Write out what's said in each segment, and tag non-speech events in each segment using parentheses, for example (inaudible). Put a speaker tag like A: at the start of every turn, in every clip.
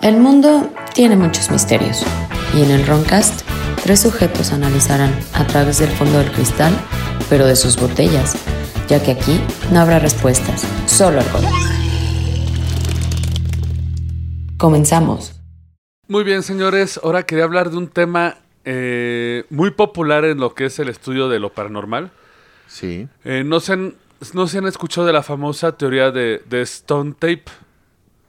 A: El mundo tiene muchos misterios y en el Roncast tres sujetos analizarán a través del fondo del cristal, pero de sus botellas, ya que aquí no habrá respuestas, solo alcohol. Comenzamos.
B: Muy bien, señores. Ahora quería hablar de un tema eh, muy popular en lo que es el estudio de lo paranormal.
C: Sí.
B: Eh, no, se han, no se han escuchado de la famosa teoría de, de Stone Tape.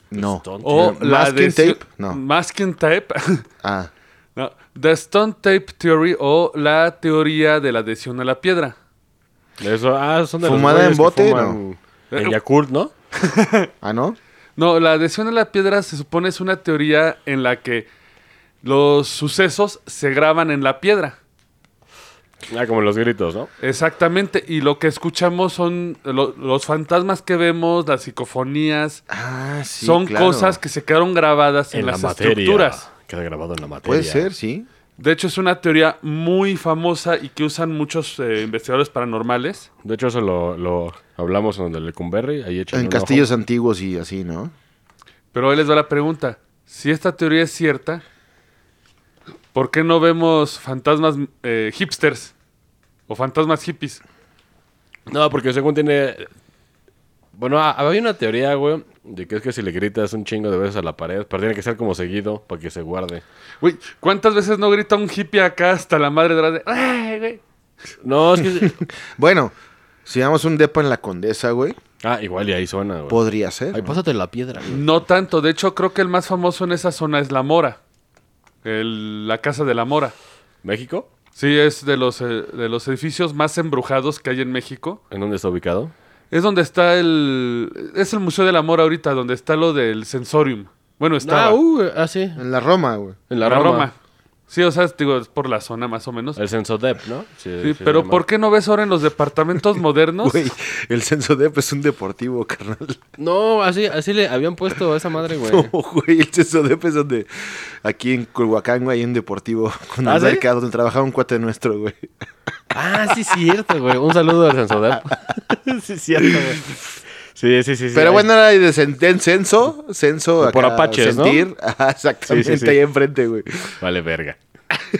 C: No.
B: O
C: Eh,
B: la
C: masking
B: de si-
C: tape, no.
B: Masking Tape. (laughs)
C: Ah,
B: no. The Stone Tape Theory o la teoría de la adhesión a la piedra.
D: Eso, ah, son de los
C: ¿Fumada en
D: güeyes
C: bote?
D: que fuman En Yakult, ¿no?
C: ah, ¿no?
B: No, la adhesión a la piedra se supone es una teoría en la que los sucesos se graban en la piedra.
D: Ah, como los gritos, ¿no?
B: Exactamente, y lo que escuchamos son lo- los fantasmas que vemos, las psicofonías,
C: Ah, sí.
B: son
C: claro.
B: cosas que se quedaron grabadas en, las estructuras.
D: Queda grabado en la materia.
C: Puede ser, sí.
B: De hecho, es una teoría muy famosa y que usan muchos eh, investigadores paranormales.
D: De hecho, eso lo, lo hablamos en el Lecumberri. Ahí echan
C: En
D: un
C: castillos
D: ojo.
C: antiguos y así, ¿no?
B: Pero ahí les va la pregunta. Si esta teoría es cierta, ¿por qué no vemos fantasmas eh, hipsters o fantasmas hippies?
D: No, porque según tiene... Bueno, ah, había una teoría, güey, de que es que si le gritas un chingo de veces a la pared, pero tiene que ser como seguido para que se guarde.
B: Güey, ¿cuántas veces no grita un hippie acá hasta la madre de la de... "Ay, güey"?
D: No, es que...
C: (laughs) Bueno, si damos un depa en la condesa, güey,
D: ah, igual y ahí suena, güey.
C: podría ser.
D: Ahí
C: ¿no?
D: pásate la piedra, güey.
B: No tanto, de hecho creo que el más famoso en esa zona es La Mora, El- la Casa de la Mora.
D: ¿México?
B: Sí, es de los, eh, de los edificios más embrujados que hay en México.
D: ¿En dónde está ubicado?
B: Es donde está el... Es el Museo de la Mora ahorita, donde está lo del Sensorium. Bueno, está...
D: uh, ah, sí.
C: En la Roma, güey.
D: En
B: la
D: la,
B: Roma.
D: Roma. Eh,
B: Sí, o sea, digo, es por la zona más o menos.
D: El Sensodep, ¿no?
B: Sí, pero ¿por qué no ves ahora en los departamentos modernos?
C: Güey, el censo depa es un deportivo, carnal.
D: No, así, así le habían puesto a esa madre, (laughs) güey.
C: No, güey, el censo depa es donde... Aquí en Culhuacán, güey, hay un deportivo con
D: ¿Ah,
C: un
D: sí?
C: mercado donde trabajaba un cuate nuestro, güey.
D: Ah, sí, es cierto, güey. Un saludo al Sensodep. (laughs) sí, es cierto, güey. Sí, sí, sí. sí,
C: Pero
D: ahí-
C: bueno, era de cen- en censo, censo...
D: Por
C: acá,
D: apaches, ¿no?
C: sentir. (laughs) Ajá, exactamente,
D: Sí, sí, sí.
C: ahí enfrente, güey.
D: Vale, verga. (laughs)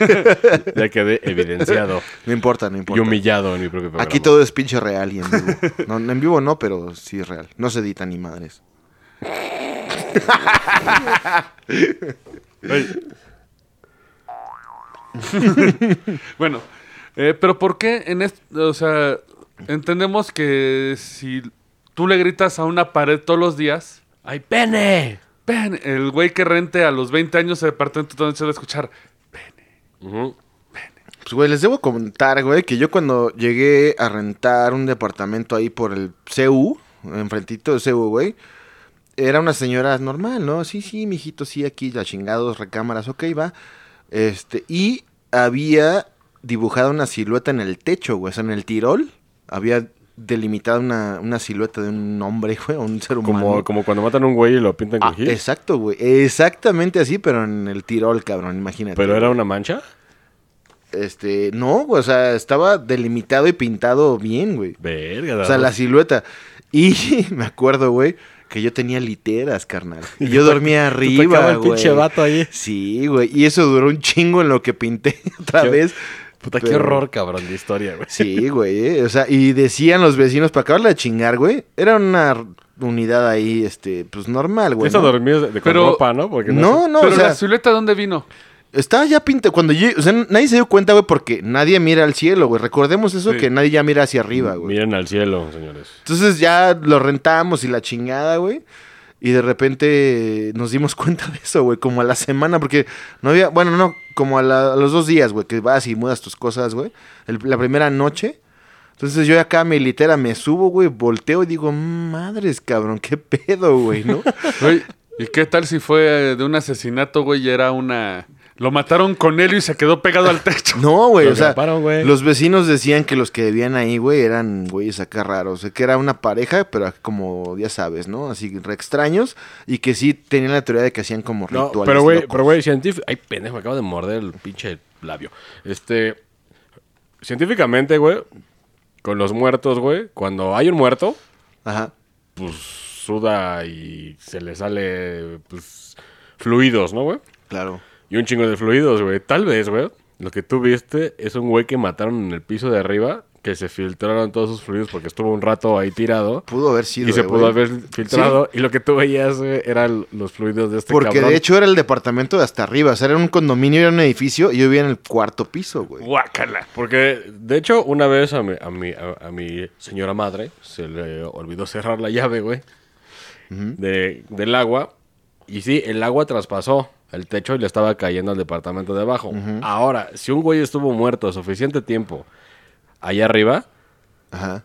D: ya quedé evidenciado
C: No importa, no
D: y
C: importa.
D: humillado en mi propio programa.
C: Aquí todo es pinche real y en vivo. (laughs) No, en vivo no, pero sí es real. No se edita ni madres.
B: Bueno, eh, pero ¿por qué en esto, o sea, entendemos que si tú le gritas a una pared todos los días,
D: ¡Ay, pene!
B: ven, el güey que rente a los 20 años se departamento todo se va a escuchar.
D: Ujú.
C: Pues, güey, les debo contar, güey, que yo cuando llegué a rentar un departamento ahí por el CU, enfrentito de CU, güey, era una señora normal, ¿no? Sí, sí, mijito, sí, aquí, ya chingados, recámaras, ok, va. Este, y había dibujado una silueta en el techo, güey, o sea, en el Tirol. Había delimitado una, una silueta de un hombre, (laughs) güey, o un ser humano.
D: Como, como cuando matan a un güey y lo pintan con
C: Ah,
D: gil.
C: exacto, güey. Exactamente así, pero en el Tirol, cabrón, imagínate.
D: Pero era una mancha.
C: Este, no, güey, o sea, estaba delimitado y pintado bien, güey.
D: Verga,
C: O sea, la silueta. Y (laughs) me acuerdo, güey, que yo tenía literas, carnal.
D: (laughs)
C: Y yo dormía arriba,
D: el
C: güey.
D: pinche vato ahí.
C: Sí, güey. Y eso duró un chingo en lo que pinté (laughs) otra
D: Qué-
C: vez.
D: Puta, qué
C: Pero-
D: horror, cabrón, de historia, güey.
C: Sí, güey. eh, O sea, y decían los vecinos, para acabarla de chingar, güey. Era una unidad ahí, este, pues normal, güey.
D: (laughs) Eso
C: ¿no?
D: dormir de, de con
B: Pero-
D: ropa, ¿no? Porque
C: No,
D: sé-
C: no,
B: pero
C: o sea,
B: la silueta, ¿dónde vino?
C: Estaba ya pintado. Cuando yo. O sea, nadie se dio cuenta, güey, porque nadie mira al cielo, güey. Recordemos eso
B: Sí.
C: que nadie ya mira hacia arriba, güey.
D: Miren al cielo, señores.
C: Entonces ya lo rentamos y la chingada, güey. Y de repente nos dimos (laughs) cuenta de eso, güey. Como a la semana, porque no había. Bueno, no, como a, la- a los dos días, güey, que vas y mudas tus cosas, güey. El- La primera noche. Entonces yo acá mi litera me subo, güey, volteo y digo, "Mm, madres, cabrón, qué pedo, güey, ¿no?
B: Güey, ¿y qué tal si fue eh, de un asesinato, güey, y era una... Lo mataron con él y se quedó pegado al
C: (laughs)
B: techo.
C: No, güey,
D: Lo
C: o sea,
D: atraparon, güey.
C: los vecinos decían que los que vivían ahí, güey, eran güeyes acá raros, o sea, que era una pareja, pero como ya sabes, ¿no? Así re extraños y que sí tenían la teoría de que hacían como
D: No,
C: rituales.
D: pero güey,
C: locos.
D: pero güey, científico. Ay, pendejo, me acabo de morder el pinche labio. Este. Científicamente, güey, con los muertos, güey, cuando hay un muerto,
C: Ajá.
D: pues suda y se le sale, pues, fluidos, ¿no, güey?
C: Claro.
D: Y un chingo de fluidos, güey. Tal vez, güey, lo que tú viste es un güey que mataron en el piso de arriba, que se filtraron todos sus fluidos porque estuvo un rato ahí tirado.
C: Pudo haber sido.
D: y se
C: eh, güey.
D: pudo haber filtrado. Y lo que tú veías güey, eran los fluidos de este
C: Porque
D: cabrón.
C: de hecho era el departamento de hasta arriba. O sea, era un condominio, era un edificio y yo vivía en el cuarto piso, güey.
B: Guácala.
D: Porque, de hecho, una vez a mi, a mi, a, a mi señora madre se le olvidó cerrar la llave, güey, de- del agua. Y sí, el agua traspasó el techo y le estaba cayendo al departamento de abajo. Ahora, si un güey estuvo muerto suficiente tiempo allá arriba,
C: Ajá.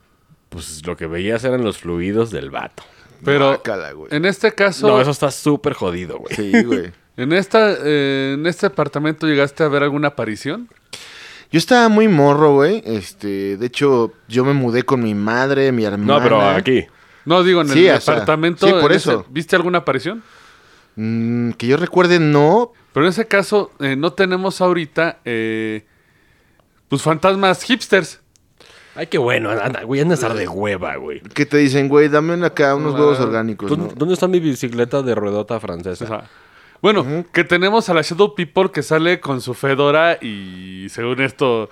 D: pues lo que veías eran los fluidos del vato.
B: Pero
C: Guácala, güey.
B: en este caso,
D: No, eso está súper jodido,
C: (laughs)
D: güey.
C: Sí, güey.
B: en, esta, eh, en este apartamento llegaste a ver alguna aparición.
C: Yo estaba muy morro, güey. Este, de hecho, yo me mudé con mi madre, mi hermana.
D: No, pero aquí.
B: No, digo, en
C: Sí,
B: el
C: o sea,
B: apartamento.
C: sí, por
B: en
C: eso.
B: ese- ¿Viste alguna aparición?
C: Mm, que yo recuerde, no.
B: Pero en ese caso, eh, no tenemos ahorita, eh, pues, fantasmas hipsters.
D: Ay, qué bueno, anda, güey, anda a estar de hueva, güey.
C: Que te dicen, güey, dame acá unos
B: Ah,
C: huevos orgánicos,
D: ¿Dónde,
C: ¿no?
D: dónde está mi bicicleta de ruedota francesa?
B: O sea, bueno, que tenemos a la Shadow People que sale con su fedora y según esto,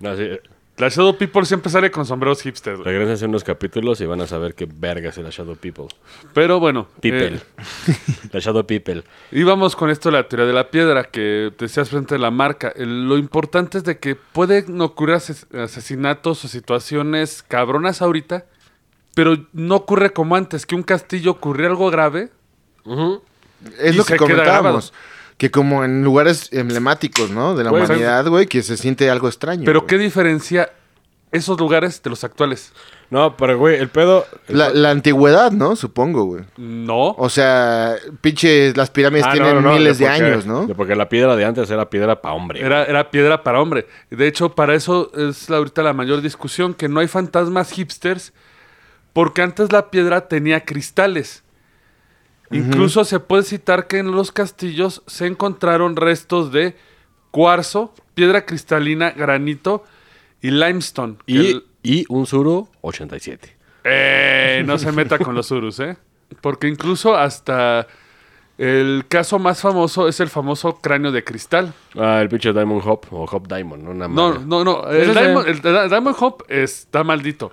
D: No, sí,
B: la Shadow People siempre sale con sombreros hipsters. güey.
D: Regresense unos capítulos y van a saber qué verga es la Shadow People.
B: Pero bueno,
D: People.
B: eh,
D: (laughs) la Shadow People.
B: íbamos con esto de la teoría de la piedra que decías frente a la marca. El- lo importante es de que pueden ocurrir ases- asesinatos o situaciones cabronas ahorita, pero no ocurre como antes, que un castillo ocurrió algo grave.
C: Es
B: Y
C: lo
B: se queda
C: que comentábamos. Que como en lugares emblemáticos, ¿no? De la
B: Güey,
C: humanidad, güey, que se siente algo extraño.
B: Pero
C: güey.
B: ¿qué diferencia esos lugares de los actuales?
D: No, pero güey, el pedo. el
C: La,
D: pedo-
C: la antigüedad, ¿no? Supongo, güey.
B: No.
C: O sea, pinches, las pirámides
D: Ah, no,
C: tienen
D: no, no,
C: miles de
D: porque-
C: años, ¿no?
D: Porque la piedra de antes era piedra para hombre. güey.
B: Era, era piedra para hombre. De hecho, para eso es la- ahorita la mayor discusión, que no hay fantasmas hipsters, porque antes la piedra tenía cristales. Incluso se puede citar que en los castillos se encontraron restos de cuarzo, piedra cristalina, granito y limestone. que
D: Y,
B: el-
D: y un Zuru 87.
B: Eh, no se meta con los surus, ¿eh? Porque incluso hasta el caso más famoso es el famoso cráneo de cristal.
D: Ah, el pinche Diamond Hop o Hop Diamond, ¿no? Una
B: No,
D: madre.
B: no, no.
D: Ese
B: El
D: es
B: Diamond,
D: el-
B: el Di- Diamond Hop está maldito.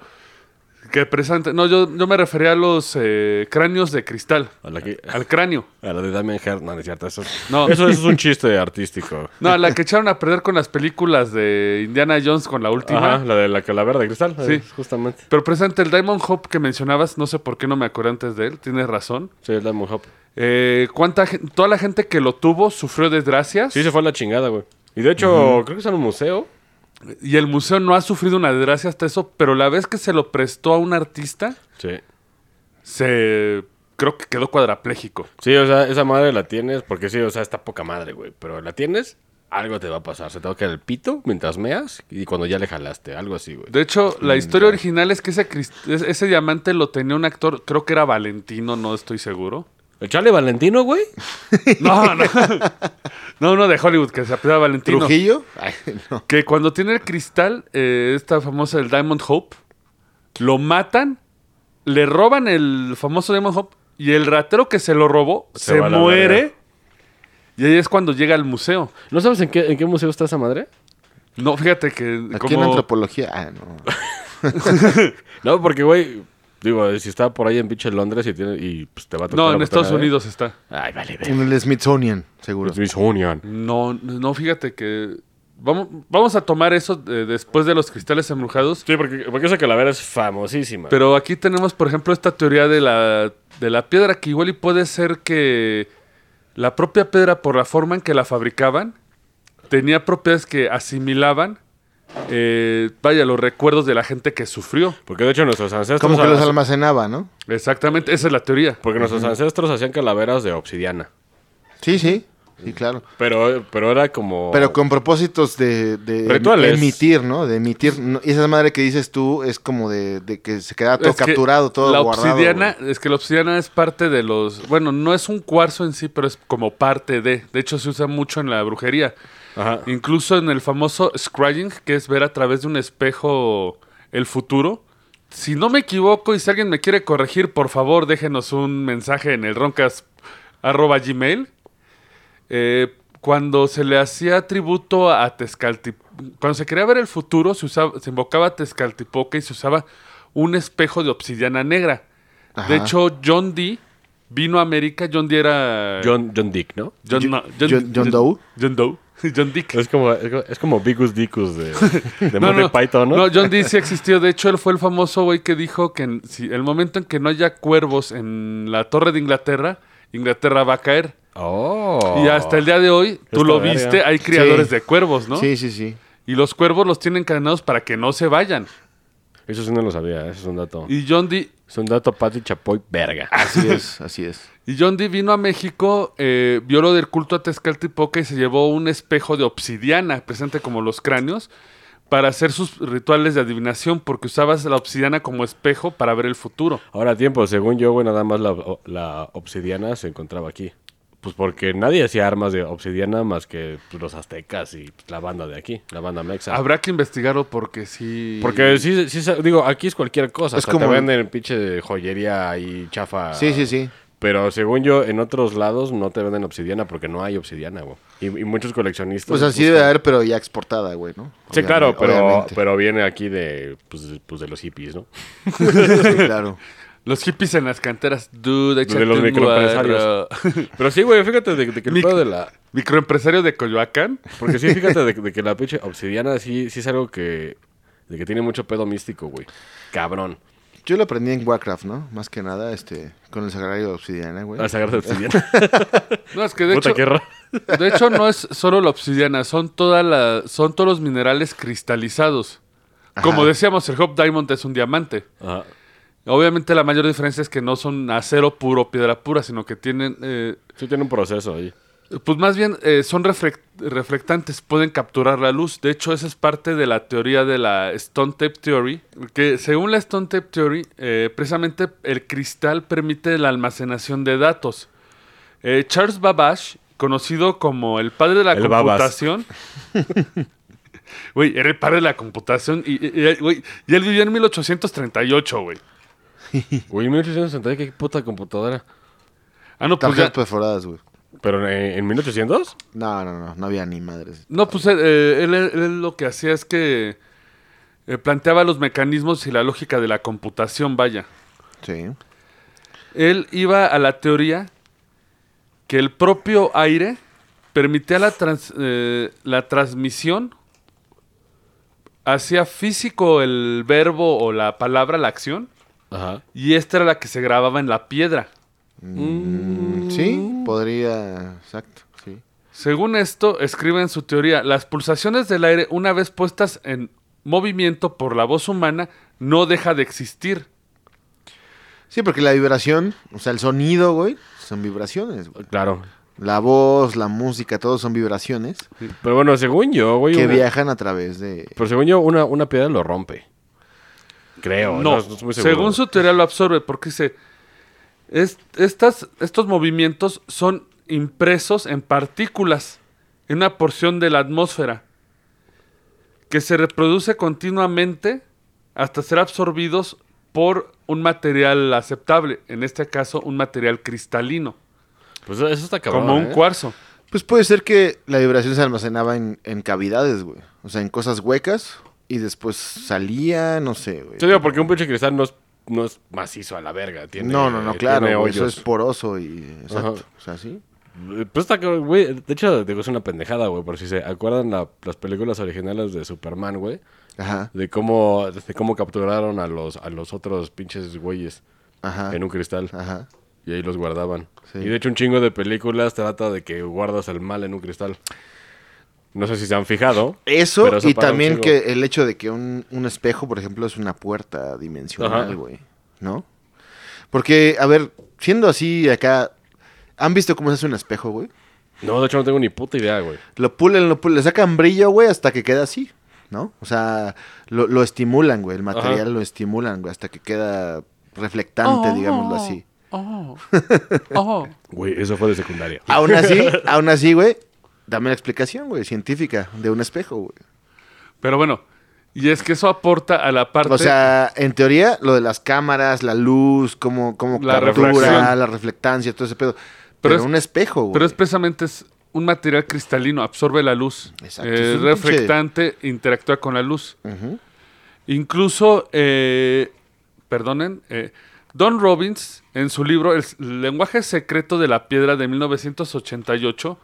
B: Que presente. No, yo, yo me refería a los eh, cráneos de cristal.
D: A la, que-
B: Al cráneo.
D: a la de Damien Hart, no, no es cierto. Eso,
B: No.
D: eso, eso es un chiste artístico.
B: No, a
D: (laughs)
B: la que echaron a perder con las películas de Indiana Jones con la última.
D: Ajá, la de la calavera de cristal.
B: Sí.
D: eh, justamente.
B: Pero presente el Diamond Hop que mencionabas, no sé por qué no me acordé antes de él, tienes razón.
D: Sí, el Diamond Hop.
B: Eh, ¿cuánta gen- toda la gente que lo tuvo sufrió desgracias
D: Sí, se fue a la chingada, güey. Y de hecho, creo que es en un museo.
B: y el museo no ha sufrido una desgracia hasta eso, pero la vez que se lo prestó a un artista,
D: Sí.
B: se creo que quedó cuadrapléjico.
D: Sí, o sea, esa madre la tienes, porque sí, o sea, está poca madre, güey. Pero la tienes, algo te va a pasar. Se te va a quedar el pito mientras meas y cuando ya le jalaste, algo así, güey.
B: De hecho, la historia original es que ese, crist- es- ese diamante lo tenía un actor, creo que era Valentino, no estoy seguro.
D: ¿El Chale Valentino, güey?
B: No, (laughs) no. No, uno de Hollywood que se apellida Valentino.
C: ¿Trujillo? Ay, (laughs) no.
B: Que cuando tiene el cristal, eh, esta famosa del Diamond Hope, lo matan, le roban el famoso Diamond Hope y el ratero que se lo robó
D: Se
B: se,
D: va a la verga.
B: muere. Y ahí es cuando llega al museo.
D: ¿No sabes en qué, en qué museo está esa madre?
B: No, fíjate que
C: Aquí en
B: como...
C: antropología. Ah, no.
D: No, porque, güey, digo, si está por ahí en pinche Londres y, tiene, y pues, te va a tocar.
B: No,
D: la
B: en Estados
D: botanada, ¿eh?
B: Unidos está.
D: Ay, vale, ve.
C: En el Smithsonian, seguro.
D: Smithsonian.
B: No, no, fíjate que. Vamos, vamos a tomar eso eh, después de los cristales embrujados.
D: Sí, porque, porque esa calavera es famosísima.
B: Pero aquí tenemos, por ejemplo, esta teoría de la, de la piedra, que igual y puede ser que la propia piedra, por la forma en que la fabricaban, tenía propiedades que asimilaban, eh, vaya, los recuerdos de la gente que sufrió.
D: porque de hecho nuestros ancestros.
C: Como que los
D: ha-
C: almacenaba, ¿no?
B: Exactamente, esa es la teoría.
D: Porque nuestros ancestros hacían calaveras de obsidiana.
C: Sí, sí. Sí, claro.
D: Pero, pero era como.
C: Pero con propósitos de, de em-
D: Rituales.
C: emitir, ¿no? De emitir. no- y esa madre que dices tú es como de, de que se queda todo
B: Es que
C: capturado, todo
B: la
C: guardado.
B: obsidiana,
C: güey.
B: es que la obsidiana es parte de los, bueno, no es un cuarzo en sí, pero es como parte de, de hecho se usa mucho en la brujería.
D: Ajá.
B: Incluso en el famoso scrying, que es ver a través de un espejo el futuro. Si no me equivoco y si alguien me quiere corregir, por favor, déjenos un mensaje en el Roncas arroba gmail. Eh, cuando se le hacía tributo a Tezcaltipoca, cuando se quería ver el futuro, se, usaba, se invocaba a Tezcaltipoca y se usaba un espejo de obsidiana negra.
C: Ajá.
B: De hecho, John Dee vino a América. John Dee era...
D: John, John Dick, ¿no?
B: John,
C: John-
B: no,
C: John- John Doe.
B: John Doe. (laughs) John Dick.
D: Es como, es como- es como Bigus Dicus de,
B: (laughs)
D: de Monty Python, ¿no?
B: John Dee sí existió. De hecho, él fue el famoso güey que dijo que en- si, el momento en que no haya cuervos en la torre de Inglaterra, Inglaterra va a caer.
D: Oh.
B: Y hasta el día de hoy, tú
D: Esta
B: lo
D: verga.
B: viste, hay criadores
C: Sí.
B: de cuervos, ¿no?
C: Sí, sí, sí.
B: Y los cuervos los tienen encadenados para que no se vayan.
D: Eso sí no lo sabía, ¿eh? eso es un dato.
B: Y John Dee,
D: Es un dato Pati Chapoy verga.
C: Así
B: (laughs)
C: es, así es.
B: y John Dee vino a México, eh, vio lo del culto a Tezcaltipoca y se llevó un espejo de obsidiana, presente como los cráneos, para hacer sus rituales de adivinación, porque usabas la obsidiana como espejo para ver el futuro.
D: Ahora tiempo, según yo, güey, nada más la, la obsidiana se encontraba aquí. Pues porque nadie hacía armas de obsidiana más que pues, los aztecas y pues, la banda de aquí, la banda mexa.
B: Habrá que investigarlo porque sí.
D: Porque sí, sí, sa- digo, aquí es cualquier cosa.
C: Es
D: Es como
C: como-
D: te venden pinche joyería y
B: Ah,
D: chafa.
C: Sí, sí, sí.
D: Pero según yo, en otros lados no te venden obsidiana porque no hay obsidiana, güey. Y, y muchos coleccionistas.
C: Pues así
D: buscan-
C: debe haber, pero ya exportada, güey, ¿no?
D: Sí,
C: Obviamente-
D: claro, pero,
C: obviamente.
D: pero viene aquí de, pues, de- pues, de los hippies, ¿no?
C: (laughs)
B: (laughs)
C: Sí, claro.
B: Los hippies en las canteras, dude,
D: De los microempresarios. Pero sí, güey, fíjate de, de (laughs) que el
B: Mic-
D: pedo de la...
B: Microempresario de Coyoacán.
D: Porque sí, fíjate de, de que la pinche obsidiana sí, sí es algo que... De que tiene mucho pedo místico, güey. Cabrón.
C: Yo lo aprendí en Warcraft, ¿no? Más que nada, este, con el sagrario de obsidiana, güey.
D: La sagrada obsidiana.
B: No, es que de
D: Puta,
B: hecho,
D: qué raro.
B: de hecho no es solo la obsidiana, son, toda la, son todos los minerales cristalizados. Como
C: Ajá.
B: decíamos, el Hop Diamond es un diamante.
D: Ajá.
B: Obviamente la mayor diferencia es que no son acero puro, piedra pura, sino que tienen... eh,
D: Sí tiene un proceso ahí.
B: Pues más bien eh, son reflec- reflectantes, pueden capturar la luz. De hecho, esa es parte de la teoría de la Stone Tape Theory, que según la Stone Tape Theory, eh, precisamente el cristal permite la almacenación de datos. Eh, Charles Babbage, conocido como el padre de la
D: El Babas.
B: computación, güey, era el padre de la computación y, y- y- güey, y él vivió en 1838, güey.
D: Güey, 1860, qué puta computadora.
B: Ah, no, pues
C: Tarjetas
B: ya-
C: perforadas, güey.
D: Pero eh, en, en 1800?
C: No, no, no, no había ni madres.
B: No, pues eh, eh, él, él lo que hacía es que eh, planteaba los mecanismos y la lógica de la computación, vaya.
C: Sí.
B: Él iba a la teoría que el propio aire permitía la, trans- eh, la transmisión, hacía físico el verbo o la palabra, la acción,
D: Ajá.
B: y esta era la que se grababa en la piedra.
C: Mm, Sí, podría, exacto, sí.
B: Según esto, escribe en su teoría, las pulsaciones del aire, una vez puestas en movimiento por la voz humana, no deja de existir.
C: Sí, porque la vibración, o sea, el sonido, güey, son vibraciones, güey.
D: Claro.
C: La voz, la música, todo son vibraciones
D: Pero bueno, según yo, güey...
C: que
D: una-
C: viajan a través de...
D: Pero según yo, una, una piedra lo rompe. Creo. No,
B: no,
D: estoy muy seguro.
B: según su teoría lo absorbe, porque dice, "Es- estas, estos movimientos son impresos en partículas, en una porción de la atmósfera, que se reproduce continuamente hasta ser absorbidos por un material aceptable, en este caso un material cristalino.
D: Pues eso está cabrón.
B: como un
D: ¿eh?
B: cuarzo.
C: Pues puede ser que la vibración se almacenaba en, en cavidades, güey. O sea, en cosas huecas y después salía, no sé, güey.
D: Yo digo, porque un pinche cristal no es, no es macizo a la verga. Tiene, eh,
C: no, no, no, claro,
D: tiene
C: güey, eso
D: hoyos.
C: es poroso y... Exacto,
D: Ajá.
C: o sea, sí.
D: Pues está cabrón, güey. De hecho, digo, es una pendejada, güey. Por si se acuerdan la- las películas originales de Superman, güey.
C: Ajá,
D: De cómo, de cómo capturaron a los, a los otros pinches güeyes
C: ajá,
D: en un cristal.
C: ajá.
D: Y ahí los guardaban.
C: Sí.
D: Y de hecho, un chingo de películas trata de que guardas el mal en un cristal. No sé si se han fijado.
C: Eso,
D: pero
C: y
D: para un
C: también
D: chingo.
C: que el hecho de que un, un espejo, por ejemplo, es una puerta dimensional,
D: Ajá.
C: güey. ¿No? Porque, a ver, siendo así acá, ¿han visto cómo se hace un espejo, güey?
D: No, de hecho, no tengo ni puta idea, güey.
C: Lo pulen, lo pulen, le sacan brillo, güey, hasta que queda así, ¿no? O sea, lo, lo estimulan, güey, el material
D: Ajá.
C: lo estimulan, güey, hasta que queda reflectante, digámoslo así. (laughs)
B: Oh, oh.
D: Güey, eso fue de secundaria.
C: Aún
D: (laughs)
C: así, aún así, güey, dame la explicación, güey, científica de un espejo, güey.
B: Pero bueno, y es que eso aporta a la parte...
C: O sea, en teoría, lo de las cámaras, la luz, cómo, cómo
B: La
C: captura,
B: reflexión.
C: la reflectancia, todo ese pedo. Pero,
B: es-
C: un espejo, güey.
B: Pero es precisamente es un material cristalino, absorbe la luz.
C: Exacto,
B: Eh,
C: es un
B: reflectante, interactúa con la luz.
C: Ujú.
B: Incluso, eh, perdonen, eh, Don Robbins, en su libro El s- lenguaje secreto de la piedra de 1988,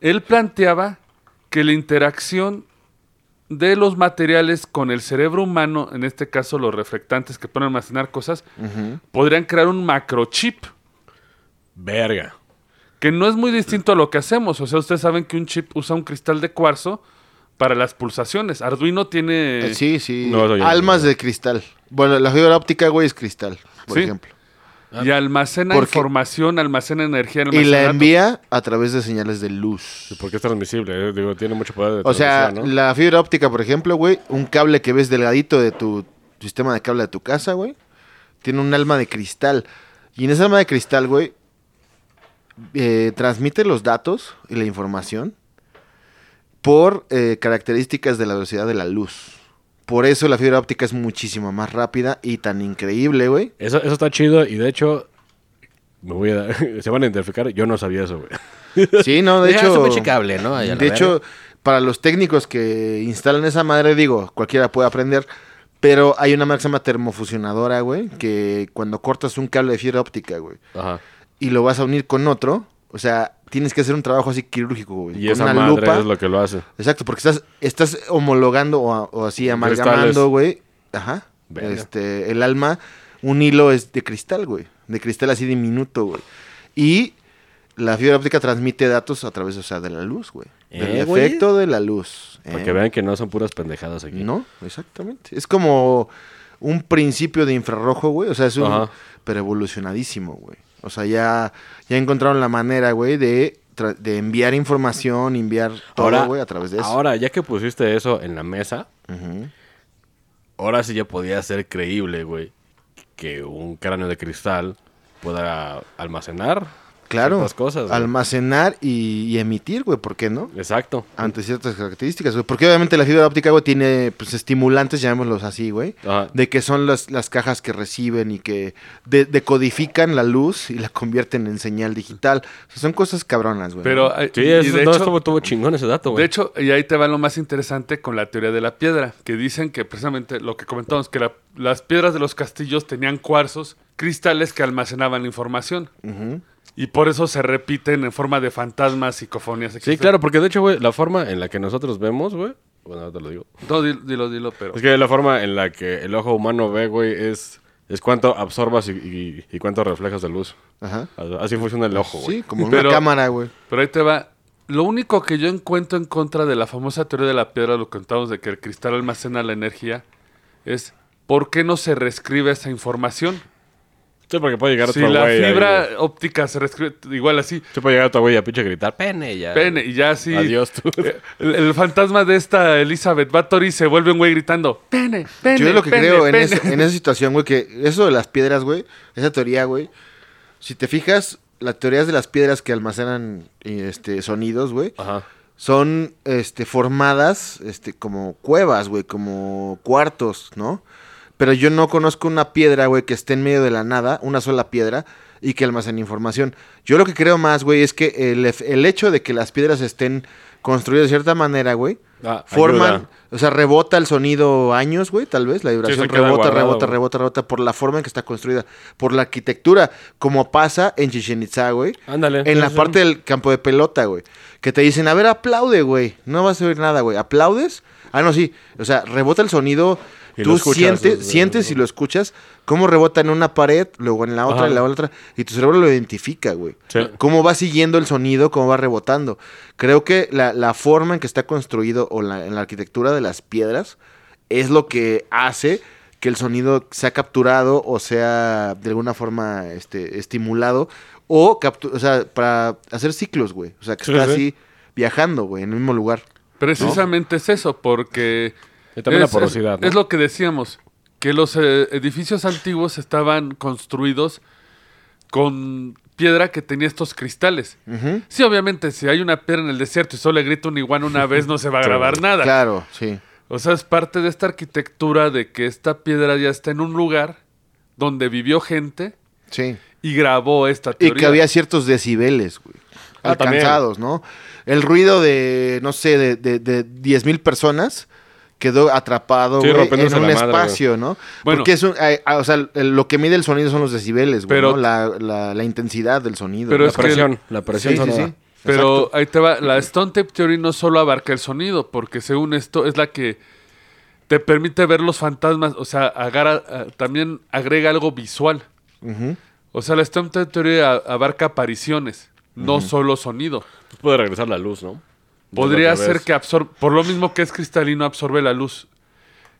B: él planteaba que la interacción de los materiales con el cerebro humano, en este caso los reflectantes que pueden almacenar cosas, podrían crear un macrochip
D: Verga.
B: que no es muy distinto a lo que hacemos. O sea, ustedes saben que un chip usa un cristal de cuarzo para las pulsaciones. Arduino tiene...
C: Eh, sí, sí.
D: No, eso ya no.
C: Almas de cristal. Bueno, la fibra óptica, güey, es cristal, por
B: Sí.
C: ejemplo.
B: Y almacena
C: Porque-
B: información, almacena energía.
C: Y
B: almacena
C: la
B: datos.
C: envía a través de señales de luz.
D: Porque es transmisible, eh, digo, tiene mucho poder de
C: O sea,
D: transmisión, ¿no?
C: la fibra óptica, por ejemplo, güey, un cable que ves delgadito de tu sistema de cable de tu casa, güey, tiene un alma de cristal. Y en esa alma de cristal, güey, eh, transmite los datos y la información por eh, características de la velocidad de la luz. Por eso la fibra óptica es muchísimo más rápida y tan increíble, güey.
D: Eso, eso está chido y de hecho, me voy a, (laughs) se van a identificar, yo no sabía eso, güey.
C: Sí, no, de
E: De hecho,
C: hecho.
E: pinche cable, ¿no? Ahí a la
C: De hecho,
E: verga.
C: para los técnicos que instalan esa madre, digo, cualquiera puede aprender. Pero hay una marca que se llama termofusionadora, güey, que cuando cortas un cable de fibra óptica, güey,
D: Ajá.
C: y lo vas a unir con otro, o sea, tienes que hacer un trabajo así quirúrgico, güey.
D: Y
C: con
D: esa madre es lo que lo hace.
C: Exacto, porque estás, estás homologando o, a- o así
D: Cristales.
C: amalgamando, güey. Ajá.
D: Verga.
C: Este, el alma, un hilo es de cristal, güey. De cristal así diminuto, güey. Y la fibra óptica transmite datos a través, o sea, de la luz, güey. Del
E: Eh, güey.
C: efecto de la luz.
D: Para
C: ¿eh?
D: que vean que no son puras pendejadas aquí.
C: No, exactamente. Es como un principio de infrarrojo, güey. O sea, es un.
D: Ajá.
C: Pero evolucionadísimo, güey. O sea, ya, ya encontraron la manera, güey, de, tra- de enviar información, enviar todo, güey, a través de eso.
D: Ahora, ya que pusiste eso en la mesa,
C: Ujú.
D: ahora sí ya podía ser creíble, güey, que un cráneo de cristal pueda almacenar
C: Claro.
D: ciertas cosas. güey.
C: Almacenar y, y emitir, güey, ¿por qué no?
D: Exacto.
C: Ante ciertas características, güey. Porque obviamente la fibra óptica, güey, tiene pues, estimulantes, llamémoslos así, güey.
D: Ajá.
C: De que son las, las cajas que reciben y que de- decodifican la luz y la convierten en señal digital. O sea, son cosas cabronas, güey.
B: Pero, eh,
D: Sí,
B: y- y
D: eso,
B: de,
D: no,
B: hecho,
D: estuvo, estuvo chingón ese dato, güey.
B: de hecho, y ahí te va lo más interesante con la teoría de la piedra, que dicen que precisamente lo que comentamos, que la- las piedras de los castillos tenían cuarzos, cristales que almacenaban la información. Y por eso se repiten en forma de fantasmas, psicofonías.
D: Sí,
B: etcétera.
D: claro, porque de hecho, güey, la forma en la que nosotros vemos, güey, bueno, ahora te lo digo.
B: No, dilo, dilo, dilo, pero...
D: Es que la forma en la que el ojo humano ve, güey, es, es cuánto absorbas y, y- y cuánto reflejas de luz.
C: Ajá.
D: Así funciona el ojo, güey.
C: Sí, como
B: Pero-
C: una cámara, güey.
B: Pero ahí te va. Lo único que yo encuentro en contra de la famosa teoría de la piedra, lo que contamos de que el cristal almacena la energía, es ¿por qué no se reescribe esa información?
D: Sí, porque puede llegar
B: Si
D: otro
B: la
D: güey. ahí,
B: fibra
D: güey.
B: óptica se reescribe igual así,
D: Sí, puede llegar otro güey a pinche gritar, pene, ya.
B: pene, y ya así.
D: Adiós tú.
B: eh, El, el fantasma de esta Elizabeth Bathory se vuelve un güey gritando, pene, pene.
C: Yo es lo que
B: pene,
C: creo en,
B: pene". (laughs)
C: esa- en esa situación, güey, que eso de las piedras, güey, esa teoría, güey, si te fijas, las teorías de las piedras que almacenan eh, este, sonidos, güey,
D: Ajá.
C: son este, formadas este, como cuevas, güey, como cuartos, ¿no? Pero yo no conozco una piedra, güey, que esté en medio de la nada, una sola piedra, y que almacene información. Yo lo que creo más, güey, es que el, ef- el hecho de que las piedras estén construidas de cierta manera, güey,
D: Ah,
C: forman,
D: ayuda.
C: o sea, rebota el sonido años, güey, tal vez, la vibración
D: se queda
C: rebota,
D: guardado,
C: rebota,
D: güey.
C: rebota, rebota, por la forma en que está construida, por la arquitectura, como pasa en Chichen Itza, güey.
D: Ándale.
C: En la
D: Sí, sí.
C: parte del campo de pelota, güey. Que te dicen, a ver, aplaude, güey. No vas a oír nada, güey. ¿Aplaudes? Ah, no, sí. O sea, rebota el sonido.
D: Y lo
C: tú
D: escuchas,
C: sientes,
D: eh,
C: sientes y lo escuchas. Cómo rebota en una pared, luego en la otra,
D: Ajá.
C: en la otra. Y tu cerebro lo identifica, güey.
D: Sí.
C: Cómo va siguiendo el sonido, cómo va rebotando. Creo que la, la forma en que está construido o la- en la arquitectura de las piedras es lo que hace que el sonido sea capturado o sea de alguna forma este, estimulado o, captu- o sea, para hacer ciclos, güey. O sea, que
D: Sí,
C: está
D: sí.
C: así viajando, güey, en el mismo lugar.
B: Precisamente es eso, porque...
D: Y también
B: es,
D: la porosidad.
B: es-
D: ¿no?
B: es lo que decíamos, que los eh, edificios antiguos estaban construidos con piedra que tenía estos cristales.
C: Ujú.
B: Sí, obviamente, si hay una piedra en el desierto y solo le grita un iguana una vez, no se va a grabar nada.
C: Claro, sí.
B: O sea, es parte de esta arquitectura de que esta piedra ya está en un lugar donde vivió gente
C: Sí.
B: y grabó esta
C: Y
B: teoría.
C: que había ciertos decibeles, güey.
D: Ah, también.
C: alcanzados, ¿no? El ruido de, no sé, de, de, de 10.000 personas quedó atrapado
D: Sí,
C: güey, en
D: rompiéndose
C: un
D: la madre,
C: espacio, ¿no?
B: Bueno.
C: Porque es un, eh, ah, o sea, el- lo que mide el sonido son los decibeles, güey,
B: Pero-
C: ¿no? la, la, la intensidad del sonido.
B: Pero
C: ¿no?
D: La
B: es que-
D: presión, la presión
C: Sí, sí,
D: sonora.
C: sí.
B: Pero
C: Exacto.
B: ahí te va, la Stone Tape Theory no solo abarca el sonido, porque según esto es la que te permite ver los fantasmas, o sea, agarra- ah, también agrega algo visual.
C: Ujú.
B: O sea, la Stone Tape Theory a- abarca apariciones, no solo sonido.
D: Pues puede regresar la luz, ¿no? De
B: Podría
D: lo
B: ser
D: ves.
B: que absorbe, por lo mismo que es cristalino, absorbe la luz.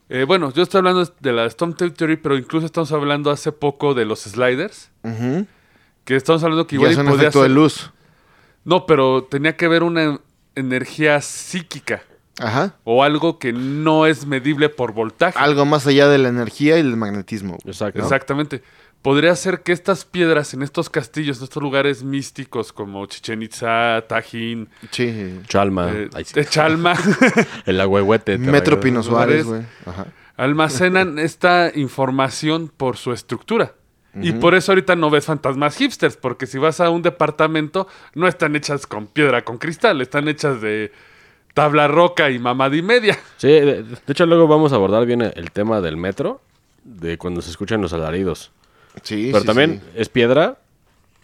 B: Eh, bueno, yo estoy hablando de la Stone Tape Theory, pero incluso estamos hablando hace poco de los sliders,
C: Ujú.
B: que estamos hablando que
C: Ya
B: igual y
C: es un
B: podía
C: efecto de
B: ser-
C: luz.
B: No, pero tenía que ver una energía psíquica.
C: Ajá.
B: o algo que no es medible por voltaje.
C: Algo más allá de la energía y el magnetismo. güey.
D: Exacto.
B: Exactamente. Podría ser que estas piedras en estos castillos, en estos lugares místicos como Chichen Itza, Tajín,
C: Sí.
D: Chalma.
B: eh,
D: Ay, Ah, sí.
B: Techalma, (laughs)
D: El agüehuete. te
C: Metro
D: regresa.
C: Pino Suárez,
B: lugares.
C: güey. Ajá.
B: almacenan esta información por su estructura. Y por eso ahorita no ves fantasmas hipsters, porque si vas a un departamento, no están hechas con piedra, con cristal, están hechas de tabla roca y mamada y media.
D: Sí, de, de hecho luego vamos a abordar bien el tema del metro, de cuando se escuchan los alaridos.
C: Sí,
D: Pero
C: sí,
D: también
C: sí.
D: es piedra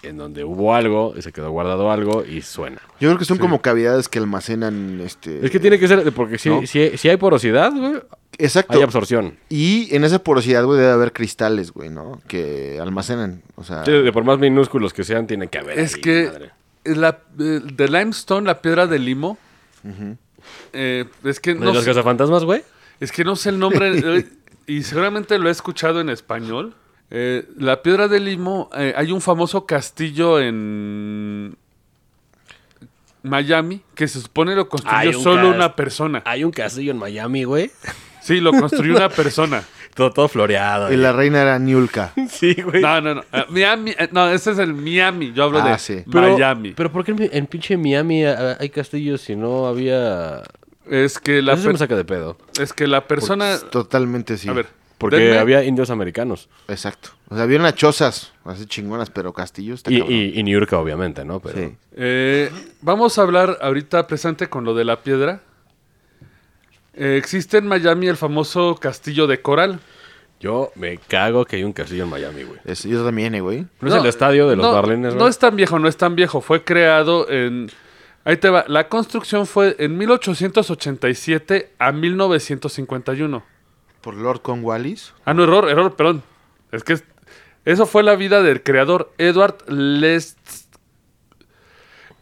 D: en donde hubo algo y se quedó guardado algo y suena.
C: Yo creo que son como cavidades que almacenan este.
D: Es que tiene que ser, porque si,
C: ¿No?
D: si, si hay porosidad, güey,
C: Exacto.
D: hay absorción.
C: Y en esa porosidad, güey, debe haber cristales, güey, ¿no? Que almacenan. O sea.
D: Sí, de por más minúsculos que sean, tiene que haber.
B: Es
D: ahí,
B: que
D: madre.
B: la, eh, de limestone, la piedra de limo, eh, es, que
D: ¿De
B: no,
D: los
B: sé-
D: cazafantasmas, güey?
B: es que no sé el
C: (laughs)
B: nombre eh, y seguramente lo he escuchado en español. Eh, la piedra de limo, eh, hay un famoso castillo en Miami que se supone lo
D: Hay
B: construyó
D: un
B: solo
D: cas-
B: una persona.
D: Hay un castillo en Miami, güey. (laughs)
B: Sí, lo construyó
C: (laughs)
B: una persona.
D: Todo, todo floreado.
C: Y la reina
B: (laughs)
C: era Niulka.
B: Pues
D: Sí, güey.
B: No, no, no. Eh, Miami, eh, no, ese es el Miami. Yo hablo
C: Ah,
B: de
C: sí.
D: Pero-
B: Miami.
D: Pero ¿por qué en, en pinche Miami ah, hay castillos si no había...
B: es que la
D: Eso se me
B: per-
D: saca de pedo.
B: es que la persona,
C: Totalmente sí.
B: a ver,
D: Porque
B: denme-
D: había indios americanos.
C: Exacto. O sea, vieron a chozas, así chingonas, pero castillos. está
D: Y,
C: cabrón.
D: y, y Niurka, obviamente, ¿no? Pero...
C: Sí.
B: Eh, vamos a hablar ahorita presente con lo de la piedra. Eh, existe en Miami el famoso castillo de coral.
D: Yo me cago que hay un castillo en Miami, güey.
C: Es- yo también, eh, güey.
D: ¿No, es el estadio de los
B: no,
D: Marlines,
B: No
D: güey?
B: es tan viejo, no es tan viejo. Fue creado en... Ahí te va. La construcción fue en 1887 a 1951.
C: Por Lord Conwallis.
B: Ah, no, error, error, perdón. Es que es- eso fue la vida del creador Edward Let's...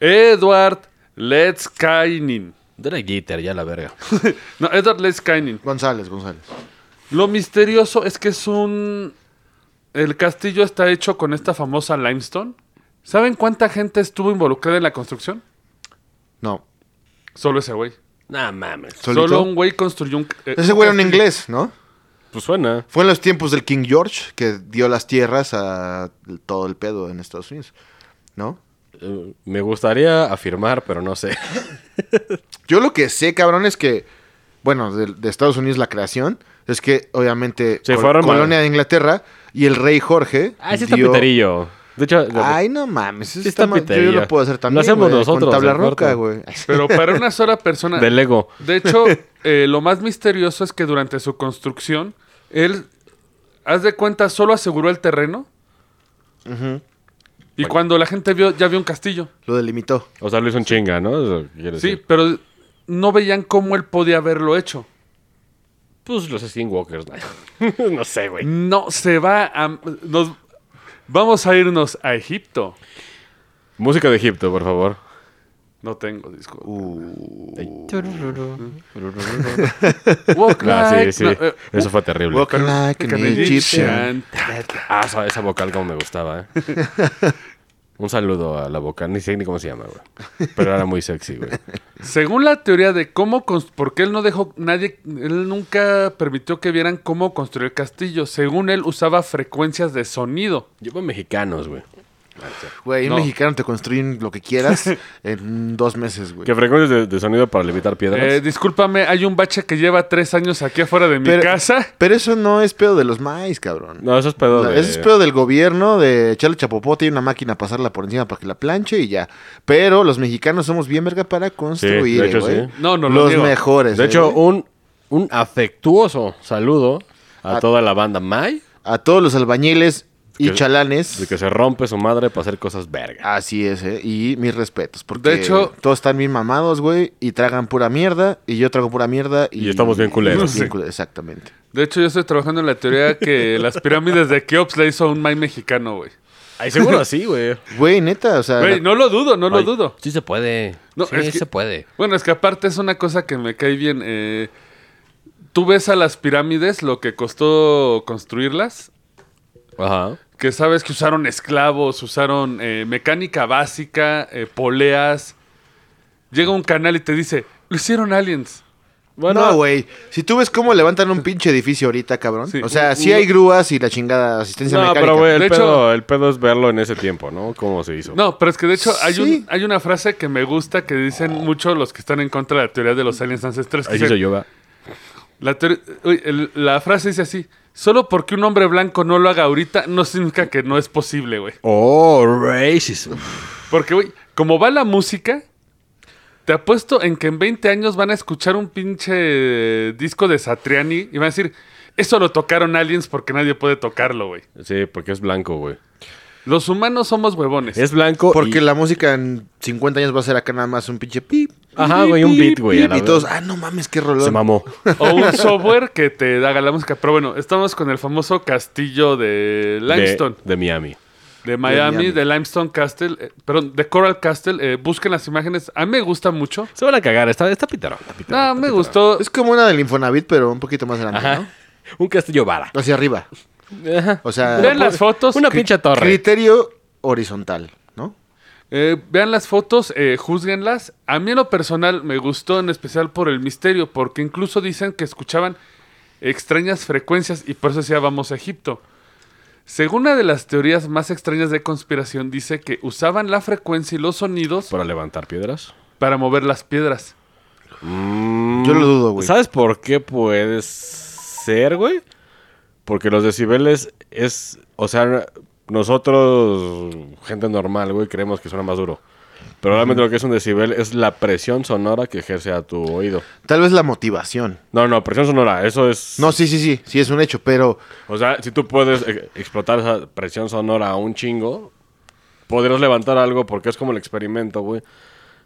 B: Edward Let's Kainin.
D: Era Jeter, ya la verga.
B: (laughs) No, Edward Let's Kainin.
C: González, González.
B: Lo misterioso es que es un... El castillo está hecho con esta famosa limestone. ¿Saben cuánta gente estuvo involucrada en la construcción?
C: No.
B: Solo ese güey.
D: Nah, mames.
C: ¿Solito?
B: Solo un güey construyó un... eh,
C: Ese güey era un
B: castillo.
C: inglés, ¿no?
D: Pues suena.
C: Fue en los tiempos del King George que dio las tierras a todo el pedo en Estados Unidos. ¿No?
D: Eh, me gustaría afirmar, pero no sé.
C: Yo lo que sé, cabrón, es que, bueno, de, de Estados Unidos la creación, es que obviamente
D: Se
C: col-
D: fueron mal.
C: colonia de Inglaterra y el rey Jorge.
D: Ah, ese está
C: dio-
D: piterillo. De hecho, de-
C: Ay, no mames. eso
D: Sí
C: está
D: está
C: mal. Yo, yo
D: piterillo.
C: lo puedo hacer
D: Lo
C: también. güey,
D: hacemos
C: Con
D: nosotros,
C: tabla
D: de acuerdo.
C: roca, güey.
B: Pero para una sola persona...
D: de Lego.
B: De hecho, eh, lo más misterioso es que durante su construcción, él, haz de cuenta, solo aseguró el terreno. Y cuando la gente vio, ya vio un castillo.
C: Lo delimitó.
D: O sea, lo hizo un chinga, ¿no? Eso quiere
B: Sí,
D: decir.
B: pero no veían cómo él podía haberlo hecho.
D: Pues los Skinwalkers. no (laughs) sé, güey.
B: No se va a. nos- vamos a irnos a Egipto.
D: Música de Egipto, por favor.
B: No tengo disco.
D: Uh. Ah, sí, sí.
B: eh,
D: Eso fue terrible.
C: Walk like an Egyptian.
D: Ah, esa, esa vocal como me gustaba, (laughs) ¿eh? Un saludo a la vocal, ni sé ni cómo se llama, güey. Pero era muy sexy, güey.
B: Según la teoría de cómo cons- porque él no dejó nadie, él nunca permitió que vieran cómo construir el castillo. Según él usaba frecuencias de sonido.
D: Llevo mexicanos, güey.
C: Güey, un
B: No.
C: mexicano te construyen lo que
D: (laughs)
C: quieras en dos meses, güey.
D: ¿Qué frecuencias de, de sonido para levitar piedras?
B: Eh, discúlpame, hay un bache que lleva tres años aquí afuera de mi
C: Pero-
B: casa.
C: Pero eso no es pedo de los maíz, cabrón.
D: no, eso es pedo
C: No,
D: de...
C: Ese es pedo del gobierno de echarle chapopote y una máquina a pasarla por encima para que la planche y ya. Pero los mexicanos somos bien verga para construir,
D: de hecho,
C: güey.
D: sí.
B: No, no lo
C: Los
B: niego.
C: mejores.
D: De
C: eh,
D: hecho,
C: güey.
D: un, un afectuoso saludo a,
C: A-
D: toda la banda May,
C: a todos los albañiles y
D: Que-
C: chalanes.
D: de que se rompe su madre para hacer cosas verga.
C: Así es, eh, y mis respetos. Porque
B: De hecho-
C: todos están bien mamados, güey, y tragan pura mierda, y yo trago pura mierda. Y,
D: Y estamos bien culeros.
C: bien
B: Sí.
C: culeros, Exactamente.
B: De hecho, yo estoy trabajando en la teoría que las pirámides de Keops le hizo un May mexicano, güey.
D: Ay, seguro así, güey.
C: Güey, neta, o sea,
B: Güey, no lo dudo, no lo
D: Ah, Ay,
B: dudo.
D: Sí se puede.
B: No,
D: sí,
B: es que-
D: se puede.
B: Bueno, es que aparte es una cosa que me cae bien. eh, Tú ves a las pirámides lo que costó construirlas,
D: Ajá.
B: que sabes que usaron esclavos, usaron eh, mecánica básica, eh, poleas. Llega un canal y te dice, lo hicieron aliens.
C: no, güey. Si tú ves cómo levantan un pinche edificio ahorita, cabrón.
B: Sí.
C: o sea,
B: Un-
C: sí hay grúas y la chingada asistencia
D: No,
C: mecánica.
D: pero güey, el,
B: De hecho-
D: pedo- el pedo es verlo en ese tiempo, ¿no? ¿Cómo se hizo?
B: No, pero es que de hecho hay,
C: Sí.
B: un, hay una frase que me gusta que dicen mucho los que están en contra de la teoría de los aliens ancestrales. que
D: Ahí
B: dicen,
D: hizo yoga.
B: La, teor- uy, el- la frase dice así: Solo porque un hombre blanco no lo haga ahorita, no significa que no es posible, güey.
D: Oh, racism.
B: Porque, güey, como va la música, te apuesto en que en 20 años van a escuchar un pinche disco de Satriani y van a decir: Eso lo tocaron aliens porque nadie puede tocarlo, güey.
D: Sí, porque es blanco, güey.
B: Los humanos somos huevones.
D: Es blanco.
C: Porque
D: Oh, y-
C: la música en 50 años va a ser acá nada más un pinche pip.
D: Ajá, güey, un beat, güey. a
C: pip,
D: la
C: y todos,
D: vez.
C: ah, no mames, qué rolón.
D: Se mamó.
B: O un software que te haga la música. Pero bueno, estamos con el famoso castillo de
D: De-
B: Limestone.
D: De, Miami.
B: De Miami, de,
C: Miami.
B: Limestone Castle, eh, perdón, de Coral Castle. eh, busquen las imágenes. A mí me gusta mucho.
D: Se van a cagar. Está, está pitarón. Está pitarón,
B: No,
D: está
B: me
D: pitarón.
B: gustó.
C: Es como una del Infonavit, pero un poquito más grande,
D: Ajá. Un castillo vara.
C: ¿no? Hacia arriba.
D: Ajá.
C: O sea,
B: Vean las fotos.
D: Una
B: que-
D: pinche torre.
C: criterio horizontal, ¿no?
B: eh, vean las fotos, eh, juzguenlas. A mí en lo personal me gustó, en especial por el misterio, porque incluso dicen que escuchaban extrañas frecuencias y por eso decía vamos a Egipto. Según una de las teorías más extrañas de conspiración, dice que usaban la frecuencia y los sonidos
D: Para levantar piedras.
B: para mover las piedras.
C: Yo lo dudo, güey.
D: ¿Sabes por qué puede ser, güey? Porque los decibeles es. O sea, nosotros, gente normal, güey, creemos que suena más duro. Pero realmente lo que es un decibel es la presión sonora que ejerce a tu oído.
C: Tal vez la motivación.
D: No, no, presión sonora, eso es.
C: No, sí, sí, sí, sí es un hecho, pero
D: O sea, si tú puedes eh, explotar esa presión sonora a un chingo, podrás levantar algo porque es como el experimento, güey.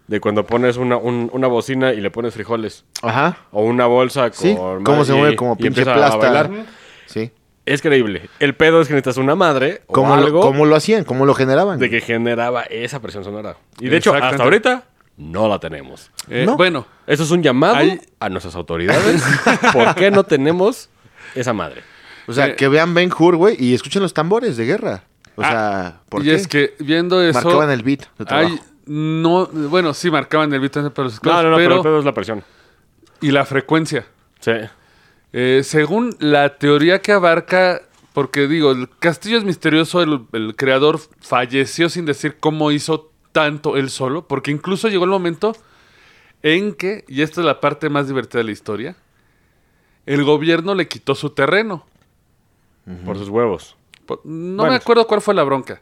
D: De cuando pones una, un- una bocina y le pones frijoles.
C: ajá,
D: O una bolsa con...
C: sí, cómo se
D: y-
C: mueve como
D: y
C: pinche
D: empieza a
C: plasta.
D: bailar.
C: Sí.
D: Es creíble. El pedo es que necesitas una madre o
C: ¿Cómo lo,
D: algo
C: cómo lo hacían? ¿Cómo lo generaban?
D: de que generaba esa presión sonora. Y de hecho, hasta
B: Exactamente.
D: ahorita no la tenemos.
B: Eh,
C: No.
B: Bueno,
D: Eso es un llamado
B: Ahí-
D: a nuestras autoridades. ¿Por qué no tenemos esa madre?
C: O sea,
B: Eh,
C: que vean Ben Hur, güey, y escuchen los tambores de guerra. O
D: Ah,
C: sea, ¿por
B: y
C: qué?
B: es que viendo eso...
C: Marcaban el beat de trabajo.
B: Ay, no, bueno, sí marcaban el beat pero, los
D: No,
B: esclavos,
D: no, no, pero
B: pero,
D: el pedo es la presión.
B: y la frecuencia.
D: Sí.
B: Eh, según la teoría que abarca, porque digo, el castillo es misterioso, el, el creador falleció sin decir cómo hizo tanto él solo, porque incluso llegó el momento en que, y esta es la parte más divertida de la historia, el gobierno le quitó su terreno.
D: Por sus huevos.
B: Po- No
D: Bueno.
B: me acuerdo cuál fue la bronca.